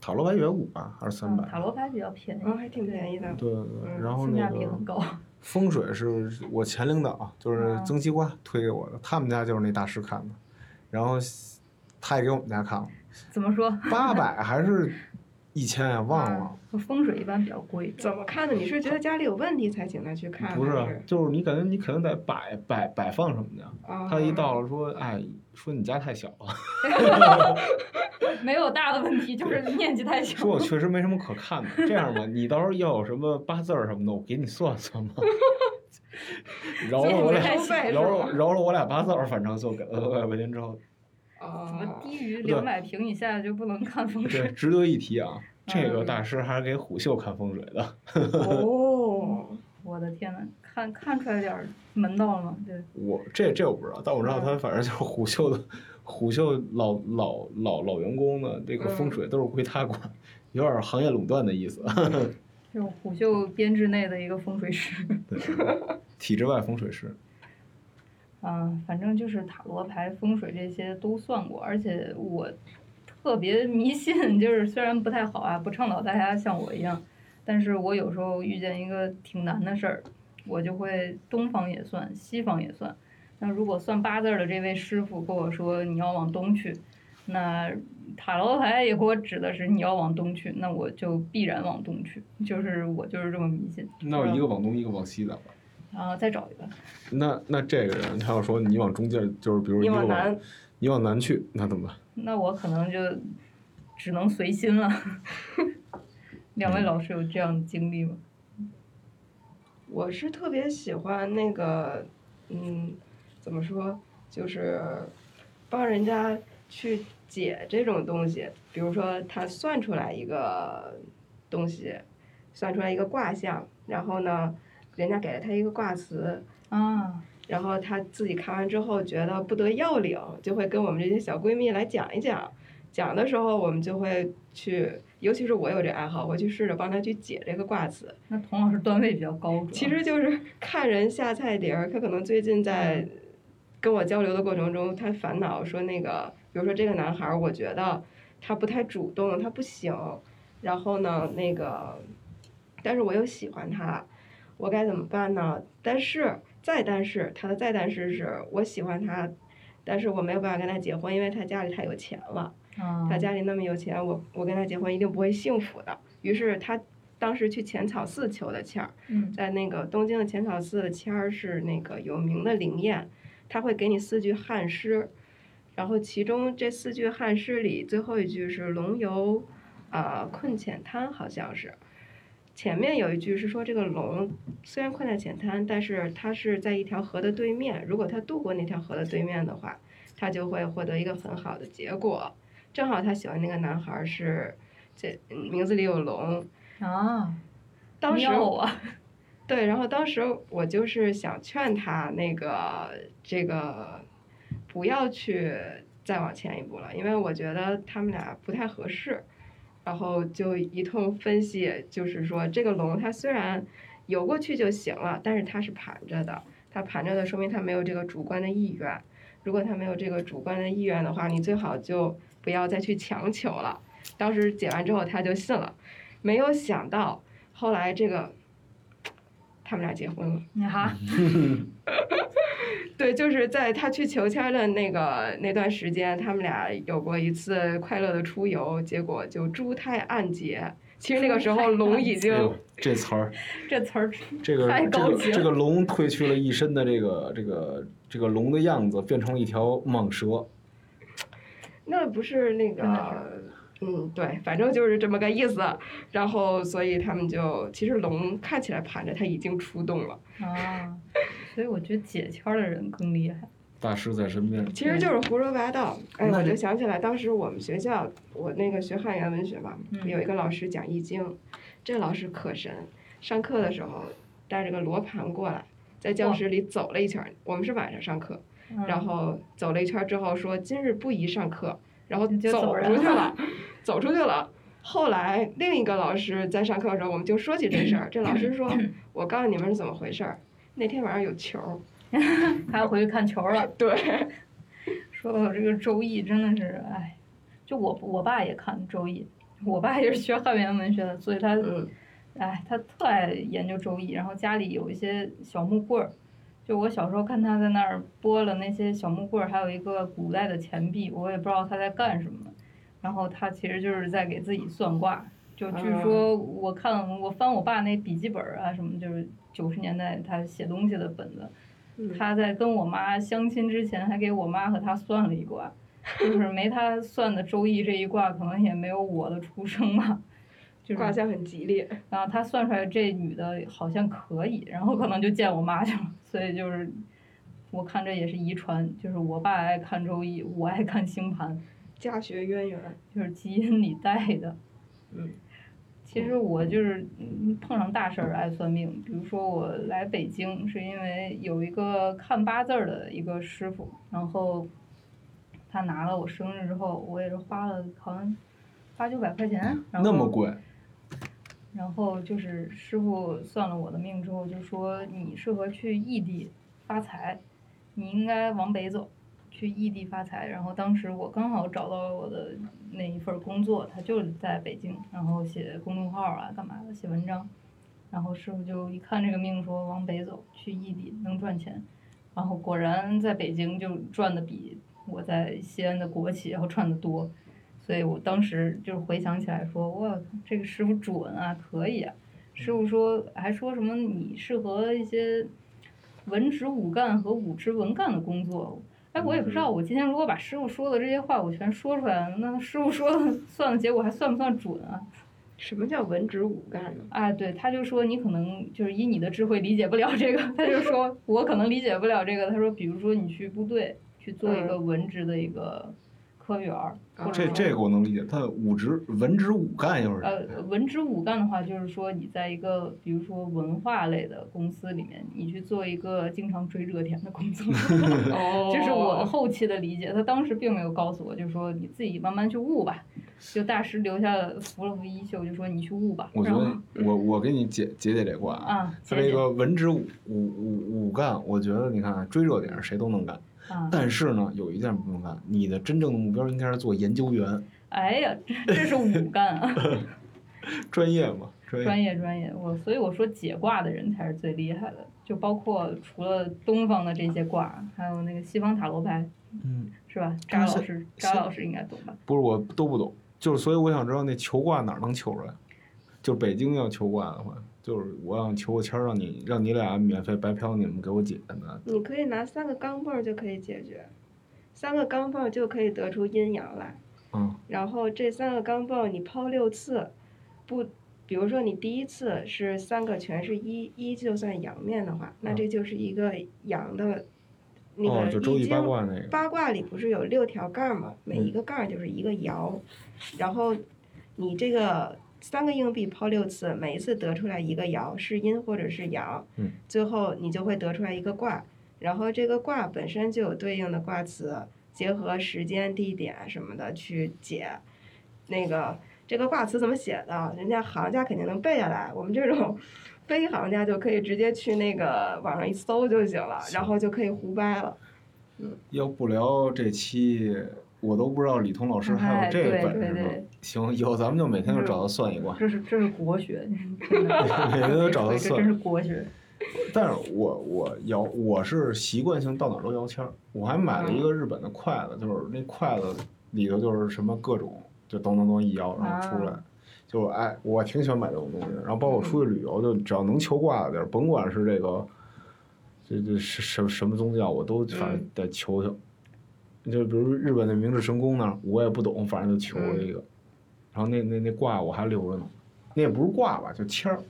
Speaker 2: 塔罗牌元五吧，还是三
Speaker 1: 嗯，
Speaker 2: 百、
Speaker 1: 塔罗牌比较便宜，
Speaker 3: 嗯，还挺便
Speaker 1: 宜，
Speaker 3: 宜的。
Speaker 2: 对对对，
Speaker 3: 嗯
Speaker 2: 然后
Speaker 1: 性
Speaker 2: 那
Speaker 1: 价比
Speaker 2: 个
Speaker 1: 很高。
Speaker 2: 风水是我前领导，啊就是
Speaker 1: 嗯
Speaker 2: 曾西瓜推给我的，他们家就是那大师看的，然后他也给我们家看了，
Speaker 1: 怎么说？
Speaker 2: 八
Speaker 1: [LAUGHS]
Speaker 2: 百还是一千呀， [LAUGHS] 忘了，
Speaker 1: 嗯风水一般比较贵，
Speaker 3: 怎么看的？你是觉得家里有问题才请他去
Speaker 1: 嗯
Speaker 3: 看？
Speaker 2: 不
Speaker 3: 还
Speaker 2: 是，就是你感觉你可能得摆摆摆放什么
Speaker 1: 哦
Speaker 2: 的，
Speaker 3: 啊，
Speaker 2: 他一到了说，哎，说你家太小了，
Speaker 1: 没有大的问题，就是面积
Speaker 2: [LAUGHS]
Speaker 1: 太小
Speaker 2: 说。我确实没什么可看的，这样吧，你到时候要有什么八字儿什么的，我给你算算
Speaker 1: [LAUGHS]
Speaker 2: 吧。饶了我
Speaker 1: 不
Speaker 2: 俩，
Speaker 1: 太
Speaker 3: 收费哦是
Speaker 2: 饶了
Speaker 3: 吧？
Speaker 2: 饶了我俩八字儿，反正就给了
Speaker 1: [LAUGHS]
Speaker 2: 两百块钱之后，
Speaker 1: 怎么
Speaker 3: 啊，
Speaker 1: 低于
Speaker 2: 对
Speaker 1: 两百平以下就不能看风
Speaker 2: 对，
Speaker 1: 水？
Speaker 2: 值得一提啊。这个
Speaker 1: 嗯
Speaker 2: 大师还是给虎嗅看风水
Speaker 1: [LAUGHS]
Speaker 2: 的，
Speaker 3: [LAUGHS] 哦，
Speaker 1: 我的天呐，看看出来点儿门道了吗？对，
Speaker 2: 我这这我不知道，但我知道
Speaker 1: 嗯
Speaker 2: 他反正就是虎嗅的，虎嗅老老老老员工的这个
Speaker 1: 嗯
Speaker 2: 风水都是归他管，有点行业垄断的意
Speaker 1: [LAUGHS]
Speaker 2: 思。
Speaker 1: 就是虎嗅编制内的一个风水师。
Speaker 2: 对，体制外风水师，
Speaker 1: 啊，反正就是塔罗牌、风水这些都算过，而且我特别迷信，就是虽然不太好啊，不倡导大家像我一样，但是我有时候遇见一个挺难的事儿，我就会东方也算，西方也算。那如果算八字儿的这位师傅跟我说你要往东去，那塔罗牌也给我指的是你要往东去，那我就必然往东去，就是我就是这么迷信。
Speaker 2: 那我一个往东，一个往西的。
Speaker 1: 然后再找一个，
Speaker 2: 那那这个人，他要说你往中间，就是比如
Speaker 3: 你
Speaker 2: 一个
Speaker 3: 往南，
Speaker 2: 你往南去，那怎么办？
Speaker 1: 那我可能就只能随心了。 [LAUGHS] 两位
Speaker 3: 嗯
Speaker 1: 老师有这样的经历吗？
Speaker 3: 我是特别喜欢那个，嗯，怎么说，就是帮人家去解这种东西。比如说，他算出来一个东西，算出来一个卦象，然后呢，人家给了他一个卦辞，
Speaker 1: 啊，
Speaker 3: 然后他自己看完之后觉得不得要领，就会跟我们这些小闺蜜来讲一讲。讲的时候，我们就会去，尤其是我有这爱好，我去试着帮他去解这个卦辞。
Speaker 1: 那童老师段位比较高，主要
Speaker 3: 其实就是看人下菜碟儿，他可能最近在跟我交流的过程中，他烦恼说那个，比如说这个男孩儿，我觉得他不太主动，他不行。然后呢，那个，但是我又喜欢他，我该怎么办呢？但是再但是，他的再但是是我喜欢他，但是我没有办法跟他结婚，因为他家里太有钱了。
Speaker 1: 啊，
Speaker 3: 他家里那么有钱，我我跟他结婚一定不会幸福的。于是他当时去浅草寺求的签儿，
Speaker 1: 嗯
Speaker 3: 在那个东京的浅草寺的签儿是那个有名的灵验，他会给你四句汉诗，然后其中这四句汉诗里最后一句是“龙游啊、呃困浅滩”，好像是。前面有一句是说这个龙虽然困在浅滩，但是它是在一条河的对面，如果它渡过那条河的对面的话，它就会获得一个很好的结果。正好他喜欢那个男孩儿是这嗯名字里有龙，
Speaker 1: 啊，
Speaker 3: 当时
Speaker 1: 喵啊，
Speaker 3: 对，然后当时我就是想劝他那个这个不要去再往前一步了，因为我觉得他们俩不太合适。然后就一通分析，就是说这个龙它虽然游过去就行了，但是它是盘着的，它盘着的说明它没有这个主观的意愿。如果它没有这个主观的意愿的话，你最好就不要再去强求了。当时解完之后他就信了，没有想到后来这个他们俩结婚了。
Speaker 1: 你 [LAUGHS] 哈，
Speaker 3: 对，就是在他去求签儿的那个那段时间，他们俩有过一次快乐的出游，结果就珠胎暗结。其实那个时候龙已
Speaker 2: 哎
Speaker 3: 经
Speaker 2: 呦，这词儿，
Speaker 1: 这词儿
Speaker 2: 这个
Speaker 1: 太
Speaker 2: 这
Speaker 1: 高
Speaker 2: 个
Speaker 1: 级了
Speaker 2: 这个龙褪去了一身的这个这个这个龙的样子，变成了一条蟒蛇。
Speaker 3: 那不是那
Speaker 1: 真的
Speaker 3: 个，嗯，对，反正就是这么个意思。然后，所以他们就其实龙看起来盘着，它已经出动了，
Speaker 1: 啊，所以我觉得解签儿的人更厉害。
Speaker 2: 大师在身边，
Speaker 3: 其实就是胡说八道。哎，
Speaker 2: 那
Speaker 3: 我就
Speaker 2: 就
Speaker 3: 想起来，当时我们学校，我那个学汉语言文学嘛，
Speaker 1: 嗯
Speaker 3: 有一个老师讲易经，这老师可神，上课的时候带着个罗盘过来，在教
Speaker 1: 哇
Speaker 3: 室里走了一圈儿。我们是晚上上课，
Speaker 1: 嗯
Speaker 3: 然后走了一圈儿之后说今日不宜上课，然后
Speaker 1: 你就
Speaker 3: 走
Speaker 1: 走
Speaker 3: 出
Speaker 1: 人
Speaker 3: 去
Speaker 1: 了
Speaker 3: 了。走出去了。后来另一个老师在上课的时候，我们就说起这事儿。这老师说：“我告诉你们是怎么回事儿，那天晚上有球儿。
Speaker 1: 还要回去看球了。”
Speaker 3: 对，
Speaker 1: 说到这个《周易》，真的是，哎，就我我爸也看《周易》，我爸也是学汉语言文学的，所以他 [LAUGHS]
Speaker 3: 嗯，
Speaker 1: 哎，他特爱研究《周易》，然后家里有一些小木棍儿，就我小时候看他在那儿拨了那些小木棍儿，还有一个古代的钱币，我也不知道他在干什么。然后他其实就是在给自己算卦，就据说我看我翻我爸那笔记本儿啊什么，就是九十年代他写东西的本子，
Speaker 3: 嗯
Speaker 1: 他在跟我妈相亲之前，还给我妈和他算了一卦，就是没他算的《周易》这一卦，可能也没有我的出生吧。就是
Speaker 3: 卦象很吉利。
Speaker 1: 然后啊他算出来这女的好像可以，然后可能就见我妈去了， [LAUGHS] 所以就是我看这也是遗传，就是我爸爱看周易，我爱看星盘，
Speaker 3: 家学渊源，
Speaker 1: 就是基因里带的。
Speaker 3: 嗯，
Speaker 1: 其实我就是嗯碰上大事儿爱算命，比如说我来北京是因为有一个看八字儿的一个师傅，然后他拿了我生日之后，我也是花了好像八九百块钱，然后
Speaker 2: 那么贵，
Speaker 1: 然后就是师傅算了我的命之后，就说你适合去异地发财，你应该往北走，去异地发财。然后当时我刚好找到了我的那一份工作，他就在北京，然后写公众号啊，干嘛的，写文章。然后师傅就一看这个命，说往北走，去异地能赚钱。然后果然在北京就赚的比我在西安的国企要赚的多。所以我当时就是回想起来说，哇，这个师傅准啊，可以啊。师傅说还说什么你适合一些文职骨干和武职文干的工作。哎，我也不知
Speaker 2: 嗯
Speaker 1: 道，我今天如果把师傅说的这些话我全说出来了，那师傅说的算的结果还算不算准啊？
Speaker 3: 什么叫文职武干呢？
Speaker 1: 哎，对，他就说你可能就是以你的智慧理解不了这个，他就说我可能理解不了这个。他说，比如说你去部队去做一个文职的一个科员儿，或者
Speaker 2: 嗯这
Speaker 1: 说
Speaker 2: 这个我能理解。但武职文职武干又是啥呀？
Speaker 1: 呃，文职骨干的话，就是说你在一个比如说文化类的公司里面，你去做一个经常追热点的工
Speaker 2: [LAUGHS]
Speaker 1: 作，
Speaker 3: 哦
Speaker 1: 这是我后期的理解。他当时并没有告诉我，就说你自己慢慢去悟
Speaker 2: [LAUGHS]
Speaker 1: 吧。就大师留下了扶了扶衣袖，就说你去悟吧。
Speaker 2: 我觉
Speaker 1: 然
Speaker 2: 得
Speaker 1: 后
Speaker 2: 我我给你解解解这卦啊，
Speaker 1: 啊，
Speaker 2: 他
Speaker 1: 姐
Speaker 2: 这
Speaker 1: 姐
Speaker 2: 个文职武武武武干，我觉得你看追热点谁都能干，
Speaker 1: 啊，
Speaker 2: 但是呢，有一件不能干，你的真正的目标应该是做研究员，
Speaker 1: 哎呀，这这是武干啊，
Speaker 2: 专业嘛，专业。
Speaker 1: 专业专业。我所以我说解卦的人才是最厉害的，就包括除了东方的这些卦，还有那个西方塔罗牌，
Speaker 2: 嗯，
Speaker 1: 是吧？扎
Speaker 2: 是
Speaker 1: 老师，扎
Speaker 2: 是
Speaker 1: 老师应该懂吧？
Speaker 2: 不是我都不懂，就是所以我想知道那求卦哪儿能求出来？就是北京要求卦的话，就是我想求个签儿，让你让你俩免费白嫖，你们给我解呢。
Speaker 3: 你可以拿三个钢镚儿就可以解决，三个钢镚儿就可以得出阴阳来。
Speaker 2: 嗯，
Speaker 3: 然后这三个钢镚儿你抛六次，不，比如说你第一次是三个全是一，一就算阳面的话，那
Speaker 2: 嗯
Speaker 3: 这就是一个阳的，那
Speaker 2: 哦，就
Speaker 3: 个
Speaker 2: 周
Speaker 3: 易
Speaker 2: 易
Speaker 3: 经
Speaker 2: 八卦那个，嗯
Speaker 3: 八卦里不是有六条杠儿吗？每一个杠儿就是一个爻，然后你这个三个硬币抛六次，每一次得出来一个爻，是阴或者是阳，
Speaker 2: 嗯
Speaker 3: 最后你就会得出来一个卦，然后这个卦本身就有对应的卦辞，结合时间、地点什么的去解。那个这个卦辞怎么写的，人家行家肯定能背下来，我们这种 [LAUGHS] 非行家就可以直接去那个网上一搜就行了，然后就可以胡掰了。
Speaker 2: 要不聊这期，我都不知道李彤老师还
Speaker 1: 哎
Speaker 2: 有这
Speaker 1: 对
Speaker 2: 本
Speaker 1: 对
Speaker 2: 事啊
Speaker 1: 对
Speaker 2: 呢。行，以后咱们就每天就找他算一卦。
Speaker 1: 这是这是国学，真的
Speaker 2: [LAUGHS] 每天都找他
Speaker 1: 啊这
Speaker 2: 算 [LAUGHS]
Speaker 1: 真是国学。
Speaker 2: 但是我我摇我是习惯性到哪儿都摇签儿，我还买了一个日本的筷子，就是那筷子里头就是什么各种就咚咚咚一摇，然后出来，就哎，我挺喜欢买这种东西。然后包括出去旅游，就只要能求卦的地儿，甭管是这个这这是什什么宗教，我都反正
Speaker 3: 嗯
Speaker 2: 得求求。就比如日本的明治神宫那儿，我也不懂，反正就求了一个。然后那那那卦我还留着呢，那也不是卦吧，就签儿。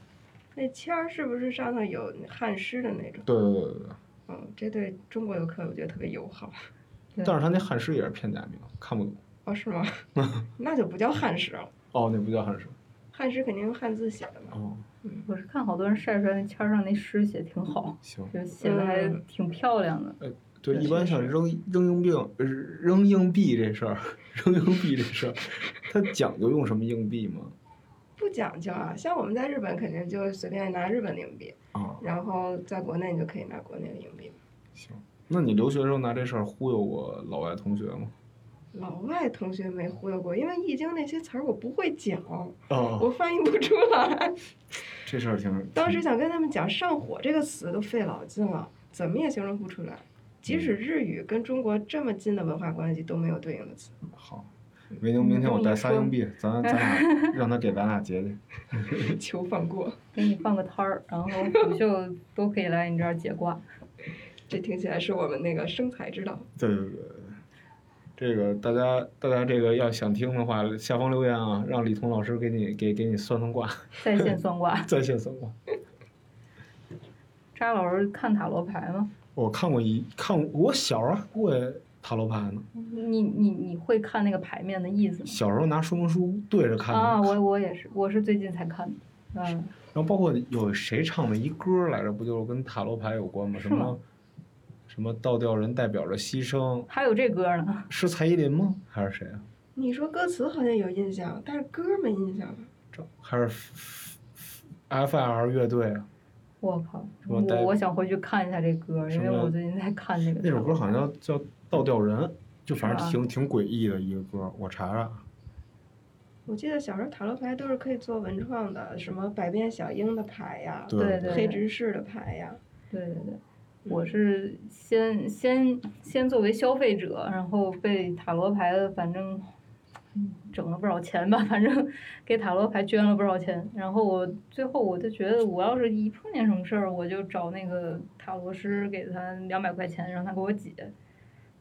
Speaker 3: 那签儿是不是上头有汉诗的那种？
Speaker 2: 对对对对对。
Speaker 3: 嗯，这对中国游客我觉得特别友好。
Speaker 1: 对
Speaker 2: 但是他
Speaker 3: 嗯
Speaker 2: 那汉诗也是片假名，看不懂。
Speaker 3: 哦，是吗？那就不叫汉诗了，
Speaker 2: 哦，那不叫汉诗。
Speaker 3: 汉诗肯定用汉字写的嘛。
Speaker 2: 哦，
Speaker 1: 我是看好多人晒出来那签儿上那诗写挺好，
Speaker 2: 行。
Speaker 1: 就写的还挺漂亮的。
Speaker 2: 啊对，
Speaker 3: 对
Speaker 2: 一般
Speaker 3: 确
Speaker 2: 像
Speaker 3: 实
Speaker 2: 扔扔硬币、呃扔硬币这事儿， [LAUGHS] 扔硬币这事儿，它讲究用什么硬币吗？
Speaker 3: 不讲究啊，像我们在日本肯定就随便拿日本的硬币，
Speaker 2: 啊，
Speaker 3: 然后在国内你就可以拿国内的硬币。
Speaker 2: 行，那你留学的时候拿这事儿忽悠过老外同学吗？
Speaker 3: 老外同学没忽悠过，因为易经那些词儿我不会讲，
Speaker 2: 啊
Speaker 3: 我翻译不出来。 [LAUGHS]
Speaker 2: 这事儿挺……
Speaker 3: 当时想跟他们讲“上火”这个词都费老劲了，怎么也形容不出来。即使日语跟中国这么近的文化关系都没有对应的词，
Speaker 2: 挺好，维宁，明天我带仨硬币，咱
Speaker 3: [LAUGHS]
Speaker 2: 咱俩让他给咱俩结结。
Speaker 3: 求放过。
Speaker 1: 给你放个摊儿，然后虎嗅都可以来你这儿解卦。
Speaker 3: 这听起来是我们那个生财之道。
Speaker 2: 对对对对，对这个大家大家这个要想听的话，下方留言啊，让李彤老师给你给给你算算卦， [LAUGHS]
Speaker 1: 在线算卦，
Speaker 2: 在线算卦。
Speaker 1: 扎老师看塔罗牌吗？
Speaker 2: 我看过一看，我小时候还会塔罗牌呢，
Speaker 1: 你你你会看那个牌面的意思吗？
Speaker 2: 小时候拿说明书对着看的。
Speaker 1: 啊，我我也是，我是最近才看的。嗯，
Speaker 2: 然后包括有谁唱的一歌来着，不就是跟塔罗牌有关吗？
Speaker 1: 是
Speaker 2: 什
Speaker 1: 吗
Speaker 2: 么什么倒吊人代表着牺牲，
Speaker 1: 还有这歌呢，
Speaker 2: 是蔡依林吗？还是谁啊？
Speaker 3: 你说歌词好像有印象，但是歌没印象了。
Speaker 2: 这还是 F- F L 乐队啊？
Speaker 1: 我靠！
Speaker 2: 什
Speaker 1: 我
Speaker 2: 么带
Speaker 1: 我想回去看一下这歌，因为
Speaker 2: 什么
Speaker 1: 我最近在看那个。
Speaker 2: 那首歌好像叫叫倒吊人，就反正
Speaker 1: 是
Speaker 2: 挺挺诡异的一个歌，我查啊查。
Speaker 3: 我记得小时候塔罗牌都是可以做文创的，什么百变小樱的牌呀，
Speaker 1: 对对
Speaker 3: 黑执事的牌呀。
Speaker 1: 对对对，我是先先先作为消费者，然后被塔罗牌的反正嗯整了不少钱吧，反正给塔罗牌捐了不少钱。然后我最后我就觉得，我要是一碰见什么事儿，我就找那个塔罗师给他两百块钱，让他给我解。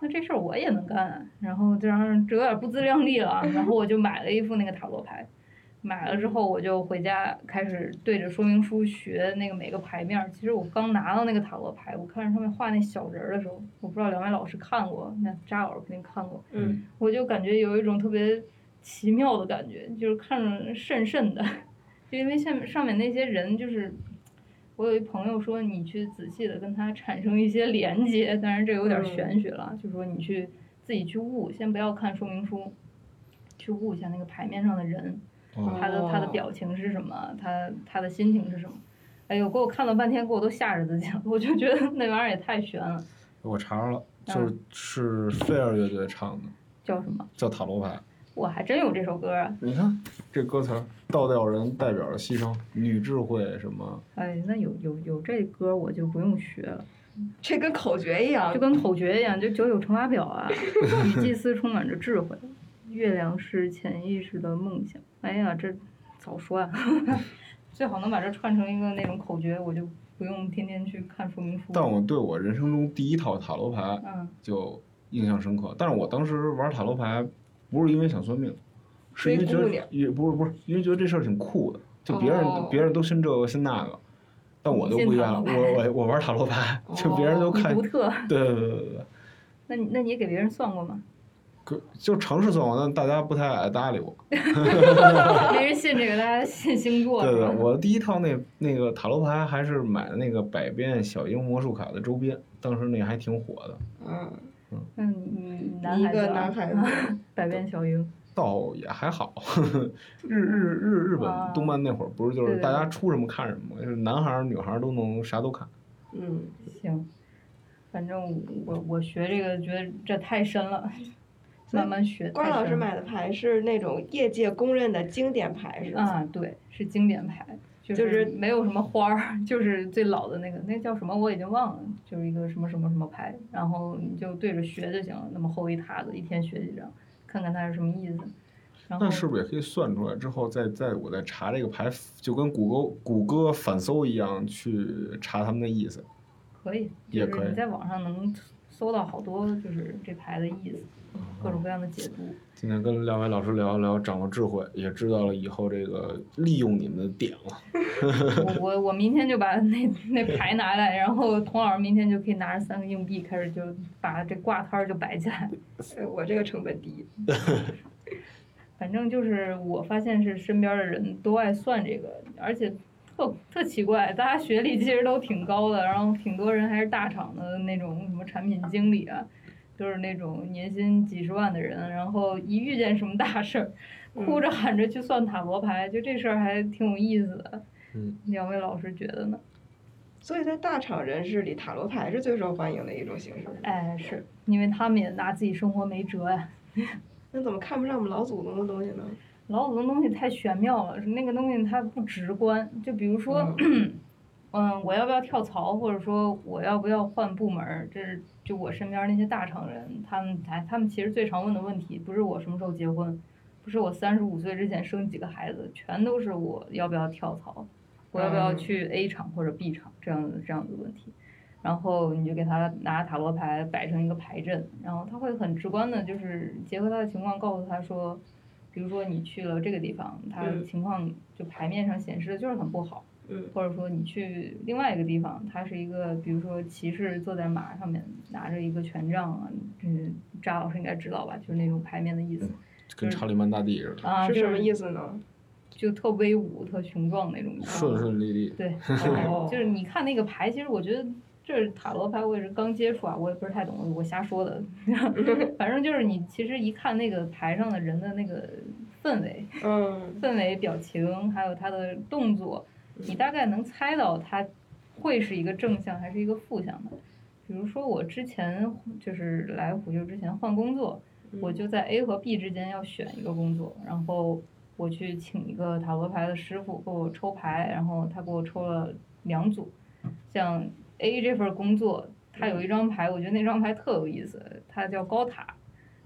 Speaker 1: 那这事儿我也能干，啊然后就让人这有点不自量力了。啊然后我就买了一副那个塔罗牌，买了之后我就回家开始对着说明书学那个每个牌面儿。其实我刚拿到那个塔罗牌，我看着上面画那小人儿的时候，我不知道两位老师看过，那扎老师肯定看过，
Speaker 3: 嗯，
Speaker 1: 我就感觉有一种特别奇妙的感觉，就是看着瘆瘆的，就因为下面上面那些人就是。我有一朋友说，你去仔细的跟他产生一些连接，当然这有点
Speaker 3: 嗯
Speaker 1: 玄学了，就说你去自己去悟，先不要看说明书，去悟一下那个牌面上的人，
Speaker 2: 哦
Speaker 1: 他的他的
Speaker 3: 哦
Speaker 1: 表情是什么，他他的心情是什么。哎呦，给我看了半天，给我都吓着自己了，我 [LAUGHS] 就觉得那玩意儿也太悬了。
Speaker 2: 我查查了，就是是费尔乐队唱的，
Speaker 1: 叫什么？
Speaker 2: 叫塔罗牌。
Speaker 1: 我还真有这首歌啊！
Speaker 2: 你看这歌词儿，倒吊人代表着牺牲，女智慧什么？
Speaker 1: 哎，那有有有这歌，我就不用学了，
Speaker 3: 这跟口诀一样
Speaker 1: 就。跟口诀一样，就九九乘法表啊，你
Speaker 2: [LAUGHS]
Speaker 1: 祭司充满着智慧，月亮是潜意识的梦想。哎呀，这早说啊！ [LAUGHS] 最好能把这串成一个那种口诀，我就不用天天去看说明书。
Speaker 2: 但我对我人生中第一套塔罗牌
Speaker 1: 嗯，
Speaker 2: 就印象深刻。但是我当时玩塔罗牌不是因为想算命，是因为觉
Speaker 3: 追姑娘
Speaker 2: 得也不是不是因为觉得这事儿挺酷的，就别人、
Speaker 3: 哦
Speaker 2: 别人都信这个信那个，但我就不一样了，
Speaker 1: 你信塔罗
Speaker 2: 我我我玩塔罗牌，就别人都
Speaker 1: 你
Speaker 2: 看，
Speaker 1: 独特。
Speaker 2: 对对对对对，
Speaker 1: 那你那你给别人算过吗？
Speaker 2: 可就尝试算过，但大家不太爱搭理我。
Speaker 1: [LAUGHS] 没人信这个，大家信星座。
Speaker 2: 对
Speaker 1: 是
Speaker 2: 对，
Speaker 1: 吧
Speaker 2: 我第一套那那个塔罗牌还是买的那个百变小樱魔术卡的周边，当时那还挺火的，
Speaker 3: 嗯，
Speaker 1: 嗯，你男
Speaker 3: 一
Speaker 1: 孩子
Speaker 3: 个
Speaker 1: 啊，
Speaker 3: 男孩子，
Speaker 1: [LAUGHS] 百变小樱，
Speaker 2: 倒也还好。 [LAUGHS] 日日日日
Speaker 1: 啊
Speaker 2: 本动漫那会儿不是就
Speaker 1: 对
Speaker 2: 是
Speaker 1: 对
Speaker 2: 大家
Speaker 1: 对
Speaker 2: 出什么看什么，就是男孩儿女孩儿都能啥都看。
Speaker 3: 嗯，
Speaker 1: 行。反正我我学这个觉得这太深了，
Speaker 3: 所以
Speaker 1: 慢慢学。
Speaker 3: 关
Speaker 1: 太
Speaker 3: 老师
Speaker 1: 深
Speaker 3: 买的牌是那种业界公认的经典牌，是
Speaker 1: 了
Speaker 3: 吧？
Speaker 1: 啊，对，是经典牌，就
Speaker 3: 就是
Speaker 1: 是没有什么花儿， [LAUGHS] 就是最老的那个，那叫什么我已经忘了，就是一个什么什么什么牌，然后你就对着学就行了。那么厚一沓子，一天学几张，看看它是什么意思。然后
Speaker 2: 那是不是也可以算出来之后再，再我再查这个牌，就跟谷歌谷歌反搜一样去查他们的意思？
Speaker 1: 可以，就
Speaker 2: 也
Speaker 1: 是
Speaker 2: 可
Speaker 1: 你
Speaker 2: 以
Speaker 1: 在网上能搜到好多就是这牌的意思，
Speaker 2: 嗯
Speaker 1: 各种各样的
Speaker 2: [LAUGHS]
Speaker 1: 解读。
Speaker 2: 今天跟两位老师聊一聊，掌握智慧，也知道了以后这个利用你们的点了。
Speaker 1: 我我我明天就把那那牌拿来，然后童老师明天就可以拿着三个硬币开始就把这挂摊儿就摆起来。
Speaker 3: 哎我这个成本低。
Speaker 1: 反正就是我发现是身边的人都爱算这个，而且特特奇怪，大家学历其实都挺高的，然后挺多人还是大厂的那种什么产品经理啊，就是那种年薪几十万的人，然后一遇见什么大事儿，哭着喊着去算塔罗牌，就这事儿还挺有意思的。
Speaker 2: 嗯，
Speaker 1: 两位老师觉得呢？
Speaker 3: 所以在大厂人士里，塔罗牌是最受欢迎的一种形式。
Speaker 1: 哎，是因为他们也拿自己生活没辙呀、
Speaker 3: 那怎么看不上我们老祖宗的东西呢？
Speaker 1: 老祖宗东西太玄妙了，那个东西它不直观。就比如说，嗯，我要不要跳槽，或者说我要不要换部门儿，这是就我身边那些大厂人，他们才他们其实最常问的问题，不是我什么时候结婚，不是我三十五岁之前生几个孩子，全都是我要不要跳槽，我要不要
Speaker 3: 嗯
Speaker 1: 去 A 厂或者 B 厂这样的这样的问题。然后你就给他拿塔罗牌摆成一个牌阵，然后他会很直观的，就是结合他的情况告诉他说，比如说你去了这个地方，他
Speaker 3: 嗯
Speaker 1: 情况就牌面上显示的就是很不好，
Speaker 3: 嗯
Speaker 1: 或者说你去另外一个地方，他是一个比如说骑士坐在马上面拿着一个权杖啊，嗯，扎老师应该知道吧，就是那种牌面的意思
Speaker 2: 跟查理曼大帝似的，
Speaker 1: 啊，
Speaker 3: 是
Speaker 1: 就
Speaker 3: 什么意思呢？
Speaker 1: 就特威武、特雄壮那种意思。
Speaker 2: 顺顺利利。
Speaker 1: 对，
Speaker 3: 哦
Speaker 1: 就是你看那个牌，其实我觉得这是塔罗牌，我也是刚接触啊，我也不是太懂，我瞎说的。 [LAUGHS] 反正就是你其实一看那个牌上的人的那个氛围、
Speaker 3: 嗯，
Speaker 1: 氛围、表情，还有他的动作，你大概能猜到他会是一个正向还是一个负向的。比如说我之前就是来虎嗅之前换工作，我就在 A 和 B 之间要选一个工作，然后我去请一个塔罗牌的师傅给我抽牌，然后他给我抽了两组，像 A 这份工作，它有一张牌，我觉得那张牌特有意思，它叫高塔，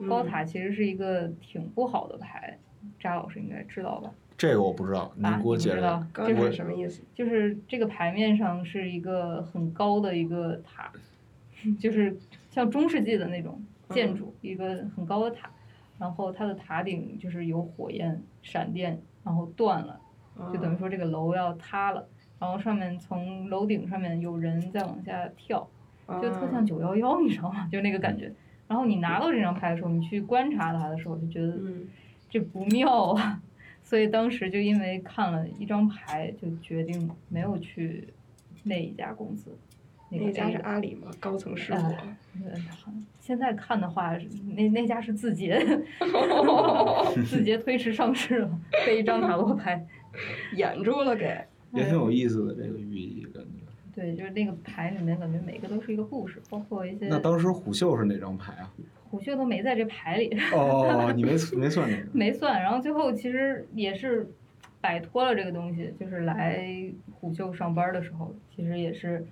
Speaker 1: 高塔其实是一个挺不好的牌，扎老师应该知道吧？
Speaker 2: 这个我不知道，您
Speaker 1: 啊，
Speaker 2: 给
Speaker 1: 你不
Speaker 2: 我解释
Speaker 1: 知
Speaker 2: 一下。
Speaker 1: 道，
Speaker 3: 高
Speaker 1: 就
Speaker 3: 塔
Speaker 1: 是
Speaker 3: 什么意思？
Speaker 1: 就是这个牌面上是一个很高的一个塔，就是像中世纪的那种建筑，一个很高的塔，然后它的塔顶就是有火焰、闪电，然后断了，就
Speaker 3: 啊
Speaker 1: 等于说这个楼要塌了，然后上面从楼顶上面有人在往下跳，
Speaker 3: 嗯
Speaker 1: 就特像九幺幺，你知道吗？就那个感觉。然后你拿到这张牌的时候，你去观察它的时候，就觉得
Speaker 3: 嗯
Speaker 1: 这不妙啊！ [LAUGHS] 所以当时就因为看了一张牌，就决定没有去那一家公司。那个
Speaker 3: 那家
Speaker 1: A
Speaker 3: 是
Speaker 1: 的
Speaker 3: 阿里嘛，高层师傅。
Speaker 1: [LAUGHS] 呃现在看的话，那那家是字
Speaker 3: [LAUGHS]
Speaker 1: 节，字节推迟上市了，被一张塔罗牌。
Speaker 3: 掩住了给。
Speaker 2: 也挺有意思的这个寓意感觉。
Speaker 1: 对，就是那个牌里面感觉每个都是一个故事，包括一些
Speaker 2: 那当时虎嗅是哪张牌啊？
Speaker 1: 虎穴都没在这牌里，
Speaker 2: [LAUGHS] 哦，你没没算那个。
Speaker 1: 没算。然后最后其实也是摆脱了这个东西，就是来虎嗅上班的时候，其实也是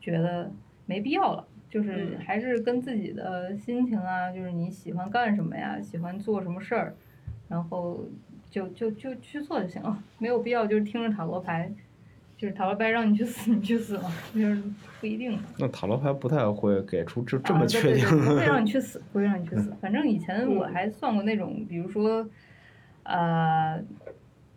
Speaker 1: 觉得没必要了，就是
Speaker 3: 嗯
Speaker 1: 还是跟自己的心情啊，就是你喜欢干什么呀，喜欢做什么事儿，然后就就就去做就行了，没有必要就是听着塔罗牌。就是塔罗牌让你去死，你去死嘛，就是不一定嘛。
Speaker 2: 那塔罗牌不太会给出这这
Speaker 1: 啊
Speaker 2: 么
Speaker 1: 对
Speaker 2: 确
Speaker 1: 对
Speaker 2: 定。 [LAUGHS] 嗯
Speaker 1: 对不会让你去死，不会让你去死。反正以前我还算过那种，比如说，呃，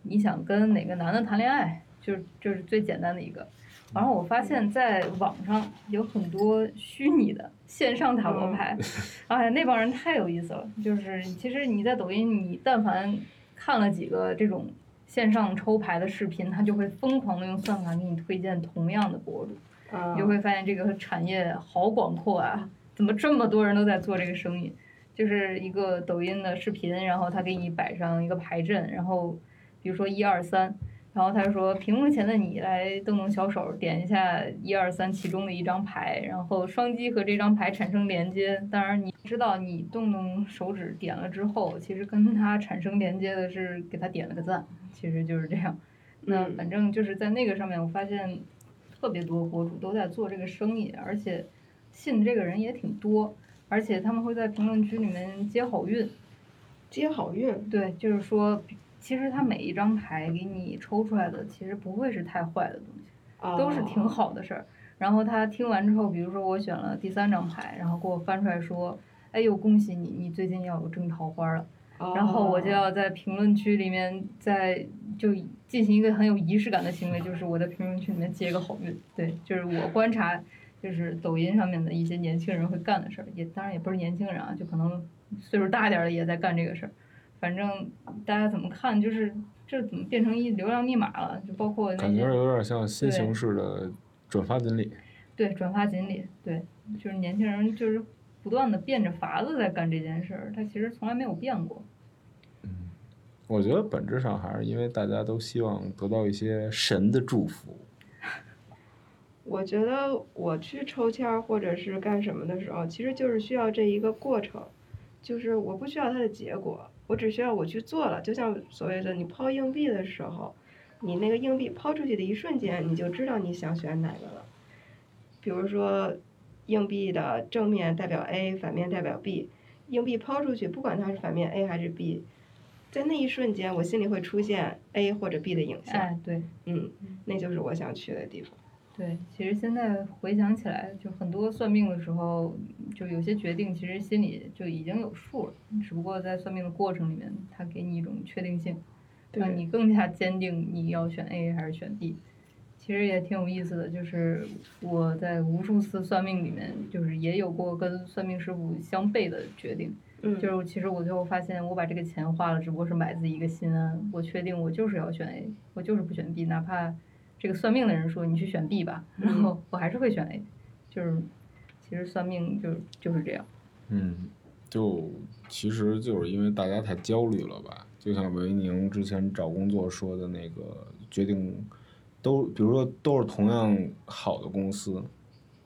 Speaker 1: 你想跟哪个男的谈恋爱，就是就是最简单的一个。然后我发现，在网上有很多虚拟的线上塔罗牌，哎，那帮人太有意思了。就是其实你在抖音，你但凡看了几个这种线上抽牌的视频，他就会疯狂的用算法给你推荐同样的博主。
Speaker 3: 啊
Speaker 1: 你就会发现这个产业好广阔啊！怎么这么多人都在做这个生意？就是一个抖音的视频，然后他给你摆上一个牌阵，然后比如说一二三，然后他说屏幕前的你来动动小手，点一下一二三其中的一张牌，然后双击和这张牌产生连接。当然你知道，你动动手指点了之后，其实跟它产生连接的是给它点了个赞，其实就是这样。那
Speaker 3: 嗯
Speaker 1: 反正就是在那个上面，我发现特别多博主都在做这个生意，而且信这个人也挺多，而且他们会在评论区里面接好运。
Speaker 3: 接好运。
Speaker 1: 对，就是说，其实他每一张牌给你抽出来的，其实不会是太坏的东西。都是挺
Speaker 3: 哦。
Speaker 1: 好的事儿。然后他听完之后，比如说我选了第三张牌，然后给我翻出来说：“哎呦，恭喜你，你最近要有正桃花了。”
Speaker 3: 哦
Speaker 1: 然后我就要在评论区里面再就进行一个很有仪式感的行为，就是我在评论区里面接一个好运。对，就是我观察，就是抖音上面的一些年轻人会干的事儿，也当然也不是年轻人啊，就可能岁数大点儿的也在干这个事儿。反正大家怎么看，就是这怎么变成一流量密码了？就包括那
Speaker 2: 感觉
Speaker 1: 些
Speaker 2: 有点像新形式的转发锦鲤。
Speaker 1: 对转发锦鲤，对，就是年轻人就是不断的变着法子在干这件事儿，他其实从来没有变过。
Speaker 2: 我觉得本质上还是因为大家都希望得到一些神的祝福。
Speaker 3: 我觉得我去抽签儿或者是干什么的时候，其实就是需要这一个过程，就是我不需要它的结果，我只需要我去做了。就像所谓的你抛硬币的时候，你那个硬币抛出去的一瞬间，你就知道你想选哪个了。比如说，硬币的正面代表 A，反面代表 B，硬币抛出去，不管它是反面 A 还是 B，在那一瞬间，我心里会出现 A 或者 B 的影像，
Speaker 1: 哎，对
Speaker 3: 嗯，那就是我想去的地方。
Speaker 1: 对，其实现在回想起来，就很多算命的时候，就有些决定其实心里就已经有数了，只不过在算命的过程里面，它给你一种确定性。让你更加坚定你要选 A 还是选 B。其实也挺有意思的，就是我在无数次算命里面，就是也有过跟算命师傅相悖的决定。
Speaker 3: 嗯，
Speaker 1: 就是其实我最后发现，我把这个钱花了，只不过是买自己一个心安。我确定我就是要选 A，我就是不选 B，哪怕这个算命的人说你去选 B 吧，然后我还是会选 A。就是其实算命就就是这样。
Speaker 2: 嗯，就其实就是因为大家太焦虑了吧？就像维宁之前找工作说的那个决定，都比如说都是同样好的公司，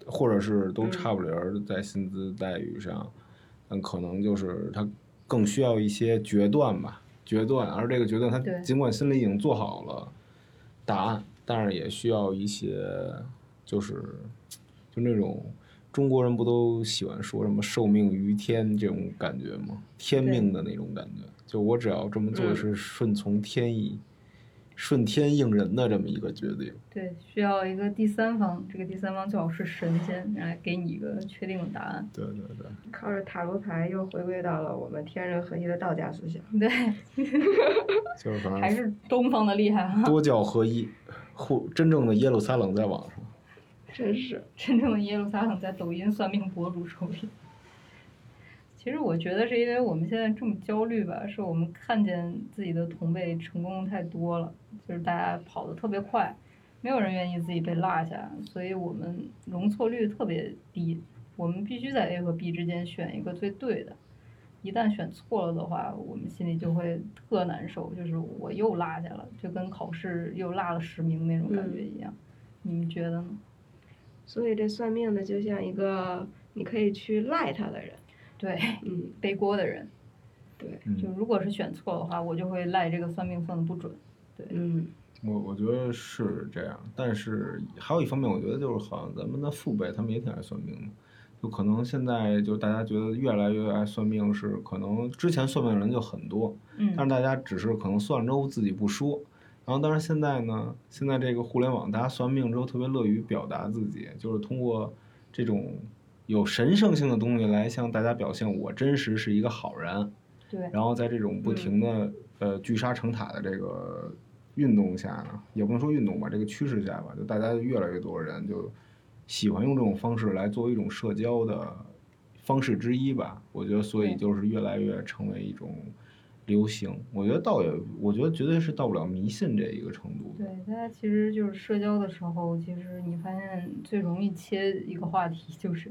Speaker 2: 或者是都差不离儿在薪资待遇上，但可能就是他更需要一些决断吧，决断。而这个决断，他
Speaker 1: 对
Speaker 2: 尽管心里已经做好了答案，但是也需要一些就是就那种中国人不都喜欢说什么“受命于天”这种感觉吗？天命的那种感觉，就我只要这么做
Speaker 3: 嗯
Speaker 2: 是顺从天意、顺天应人的这么一个决定。
Speaker 1: 对，需要一个第三方，这个第三方最好是神仙来给你一个确定的答案。
Speaker 2: 对对对，
Speaker 3: 靠着塔罗牌又回归到了我们天人合一的道家思想。
Speaker 1: 对，
Speaker 2: 就是反
Speaker 1: 还
Speaker 2: 正
Speaker 1: 是东方的厉害啊！
Speaker 2: 多教合一，互真正的耶路撒冷在网上。
Speaker 3: 真是，
Speaker 1: 真正的耶路撒冷在抖音算命博主手里。其实我觉得是因为我们现在这么焦虑吧，是我们看见自己的同辈成功太多了，就是大家跑得特别快，没有人愿意自己被落下，所以我们容错率特别低。我们必须在 A 和 B 之间选一个最对的，一旦选错了的话，我们心里就会特难受，就是我又落下了，就跟考试又落了十名那种感觉一样。你们觉得呢？ [LAUGHS]
Speaker 3: 所以这算命的就像一个你可以去赖他的人。
Speaker 1: 对。
Speaker 3: 嗯，
Speaker 1: 背锅的人。
Speaker 3: 对，
Speaker 1: 就如果是选错的话，我就会赖这个算命算的不准。
Speaker 3: 嗯，
Speaker 2: 我我觉得是这样，但是还有一方面，我觉得就是好像咱们的父辈他们也挺爱算命的，就可能现在就大家觉得越来越爱算命是可能之前算命的人就很多，
Speaker 1: 嗯
Speaker 2: 但是大家只是可能算了之后自己不说，然后但是现在呢，现在这个互联网大家算命之后特别乐于表达自己，就是通过这种有神圣性的东西来向大家表现我真实是一个好人，
Speaker 1: 对，
Speaker 2: 然后在这种
Speaker 1: 嗯
Speaker 2: 不停的、呃聚沙成塔的这个运动下呢，也不能说运动吧，这个趋势下吧，就大家越来越多人就喜欢用这种方式来作为一种社交的方式之一吧。我觉得，所以
Speaker 1: 对
Speaker 2: 就是越来越成为一种流行。我觉得倒也，我觉得绝对是到不了迷信这一个程度。
Speaker 1: 对，大家其实就是社交的时候，其实你发现最容易切一个话题就是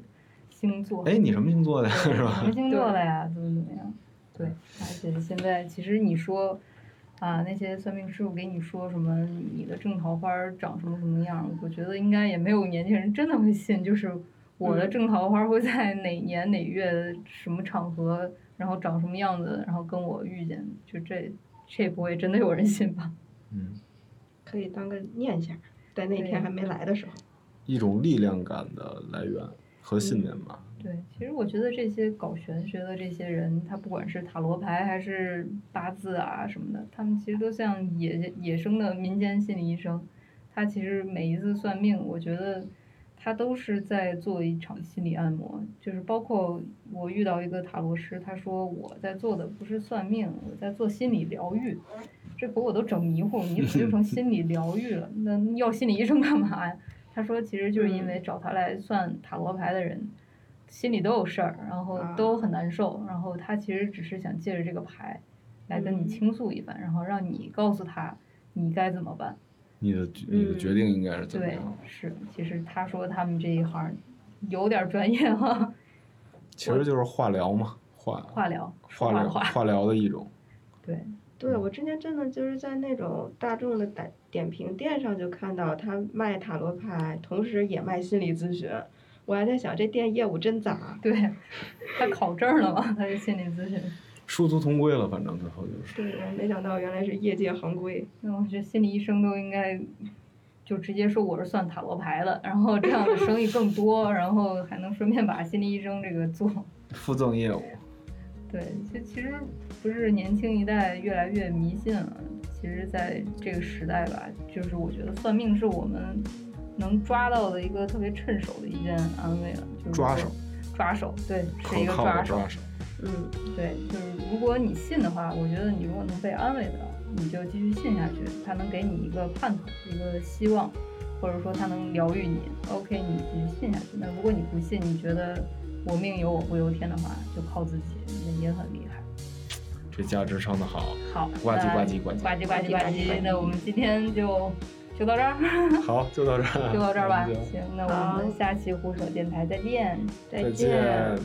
Speaker 1: 星座。
Speaker 2: 哎，你什么星座的呀？是
Speaker 1: 什
Speaker 2: 吧？ [LAUGHS]
Speaker 1: 么星座的呀？怎么怎么样？对，而且现在其实你说啊，那些算命师傅给你说什么你的正桃花儿长什么什么样儿，我觉得应该也没有年轻人真的会信，就是我的
Speaker 3: 嗯
Speaker 1: 正桃花儿会在哪年哪月什么场合，然后长什么样子，然后跟我遇见，就这这不会真的有人信吧？
Speaker 2: 嗯，
Speaker 3: 可以当个念想，在那天还没来的时候。
Speaker 2: 一种力量感的来源和信念吧。
Speaker 1: 对，其实我觉得这些搞玄学的这些人，他不管是塔罗牌还是八字啊什么的，他们其实都像野野生的民间心理医生。他其实每一次算命，我觉得他都是在做一场心理按摩。就是包括我遇到一个塔罗师，他说我在做的不是算命，我在做心理疗愈。这不我都整迷糊，你怎么就成心理疗愈了？那要心理医生干嘛呀？他说其实就是因为找他来算塔罗牌的人。心里都有事儿，然后
Speaker 3: 啊
Speaker 1: 都很难受，然后他其实只是想借着这个牌来跟你
Speaker 3: 嗯
Speaker 1: 倾诉一番，然后让你告诉他你该怎么办。
Speaker 2: 你的决你的决
Speaker 3: 嗯
Speaker 2: 定应该是怎么
Speaker 1: 对
Speaker 2: 样？，
Speaker 1: 是，其实他说他们这一行有点专业哈、
Speaker 2: 其实就是化疗嘛，化
Speaker 1: [LAUGHS] 化疗，
Speaker 2: 化疗
Speaker 1: 化
Speaker 2: 化疗的一种。 [LAUGHS]
Speaker 1: 对，
Speaker 3: 对，我之前真的就是在那种大众的点点评店上就看到他卖塔罗牌，同时也卖心理咨询。我还在想这店业务真杂。
Speaker 1: 对，他考证了嘛，他是心理咨询。
Speaker 2: 殊途同归了，反正最后就是。
Speaker 3: 对，没想到原来是业界行规。
Speaker 1: 那我觉得心理医生都应该就直接说我是算塔罗牌的，然后这样的生意更多，然后还能顺便把心理医生这个做。
Speaker 2: 附赠业务，
Speaker 1: 对，其其实不是年轻一代越来越迷信了，其实在这个时代吧，就是我觉得算命是我们能抓到的一个特别趁手的一件安慰了，就是
Speaker 2: 抓
Speaker 1: 说
Speaker 2: 手，
Speaker 1: 抓手，对，是
Speaker 2: 可
Speaker 1: 一个
Speaker 2: 靠的
Speaker 1: 手。
Speaker 2: 抓手。
Speaker 3: 嗯，
Speaker 1: 对，就是如果你信的话，我觉得你如果能被安慰到，你就继续信下去，它能给你一个盼头，一个希望，或者说它能疗愈你。OK，你继续信下去。那如果你不信，你觉得我命由我不由天的话，就靠自己，也也很厉害。
Speaker 2: 这价值唱的好， [LAUGHS]
Speaker 1: 好，
Speaker 2: 呱唧
Speaker 1: 那
Speaker 2: 呱唧呱唧
Speaker 1: 呱唧呱唧呱
Speaker 3: 呱唧呱
Speaker 1: 唧
Speaker 3: 唧。
Speaker 1: 那我们今天就就到这
Speaker 2: [LAUGHS]
Speaker 1: 儿，
Speaker 2: 好，就到这儿，
Speaker 1: 就到这儿吧。
Speaker 2: 那我们
Speaker 1: 行，那我们下期胡扯电台再见。
Speaker 3: 再
Speaker 2: 就再见。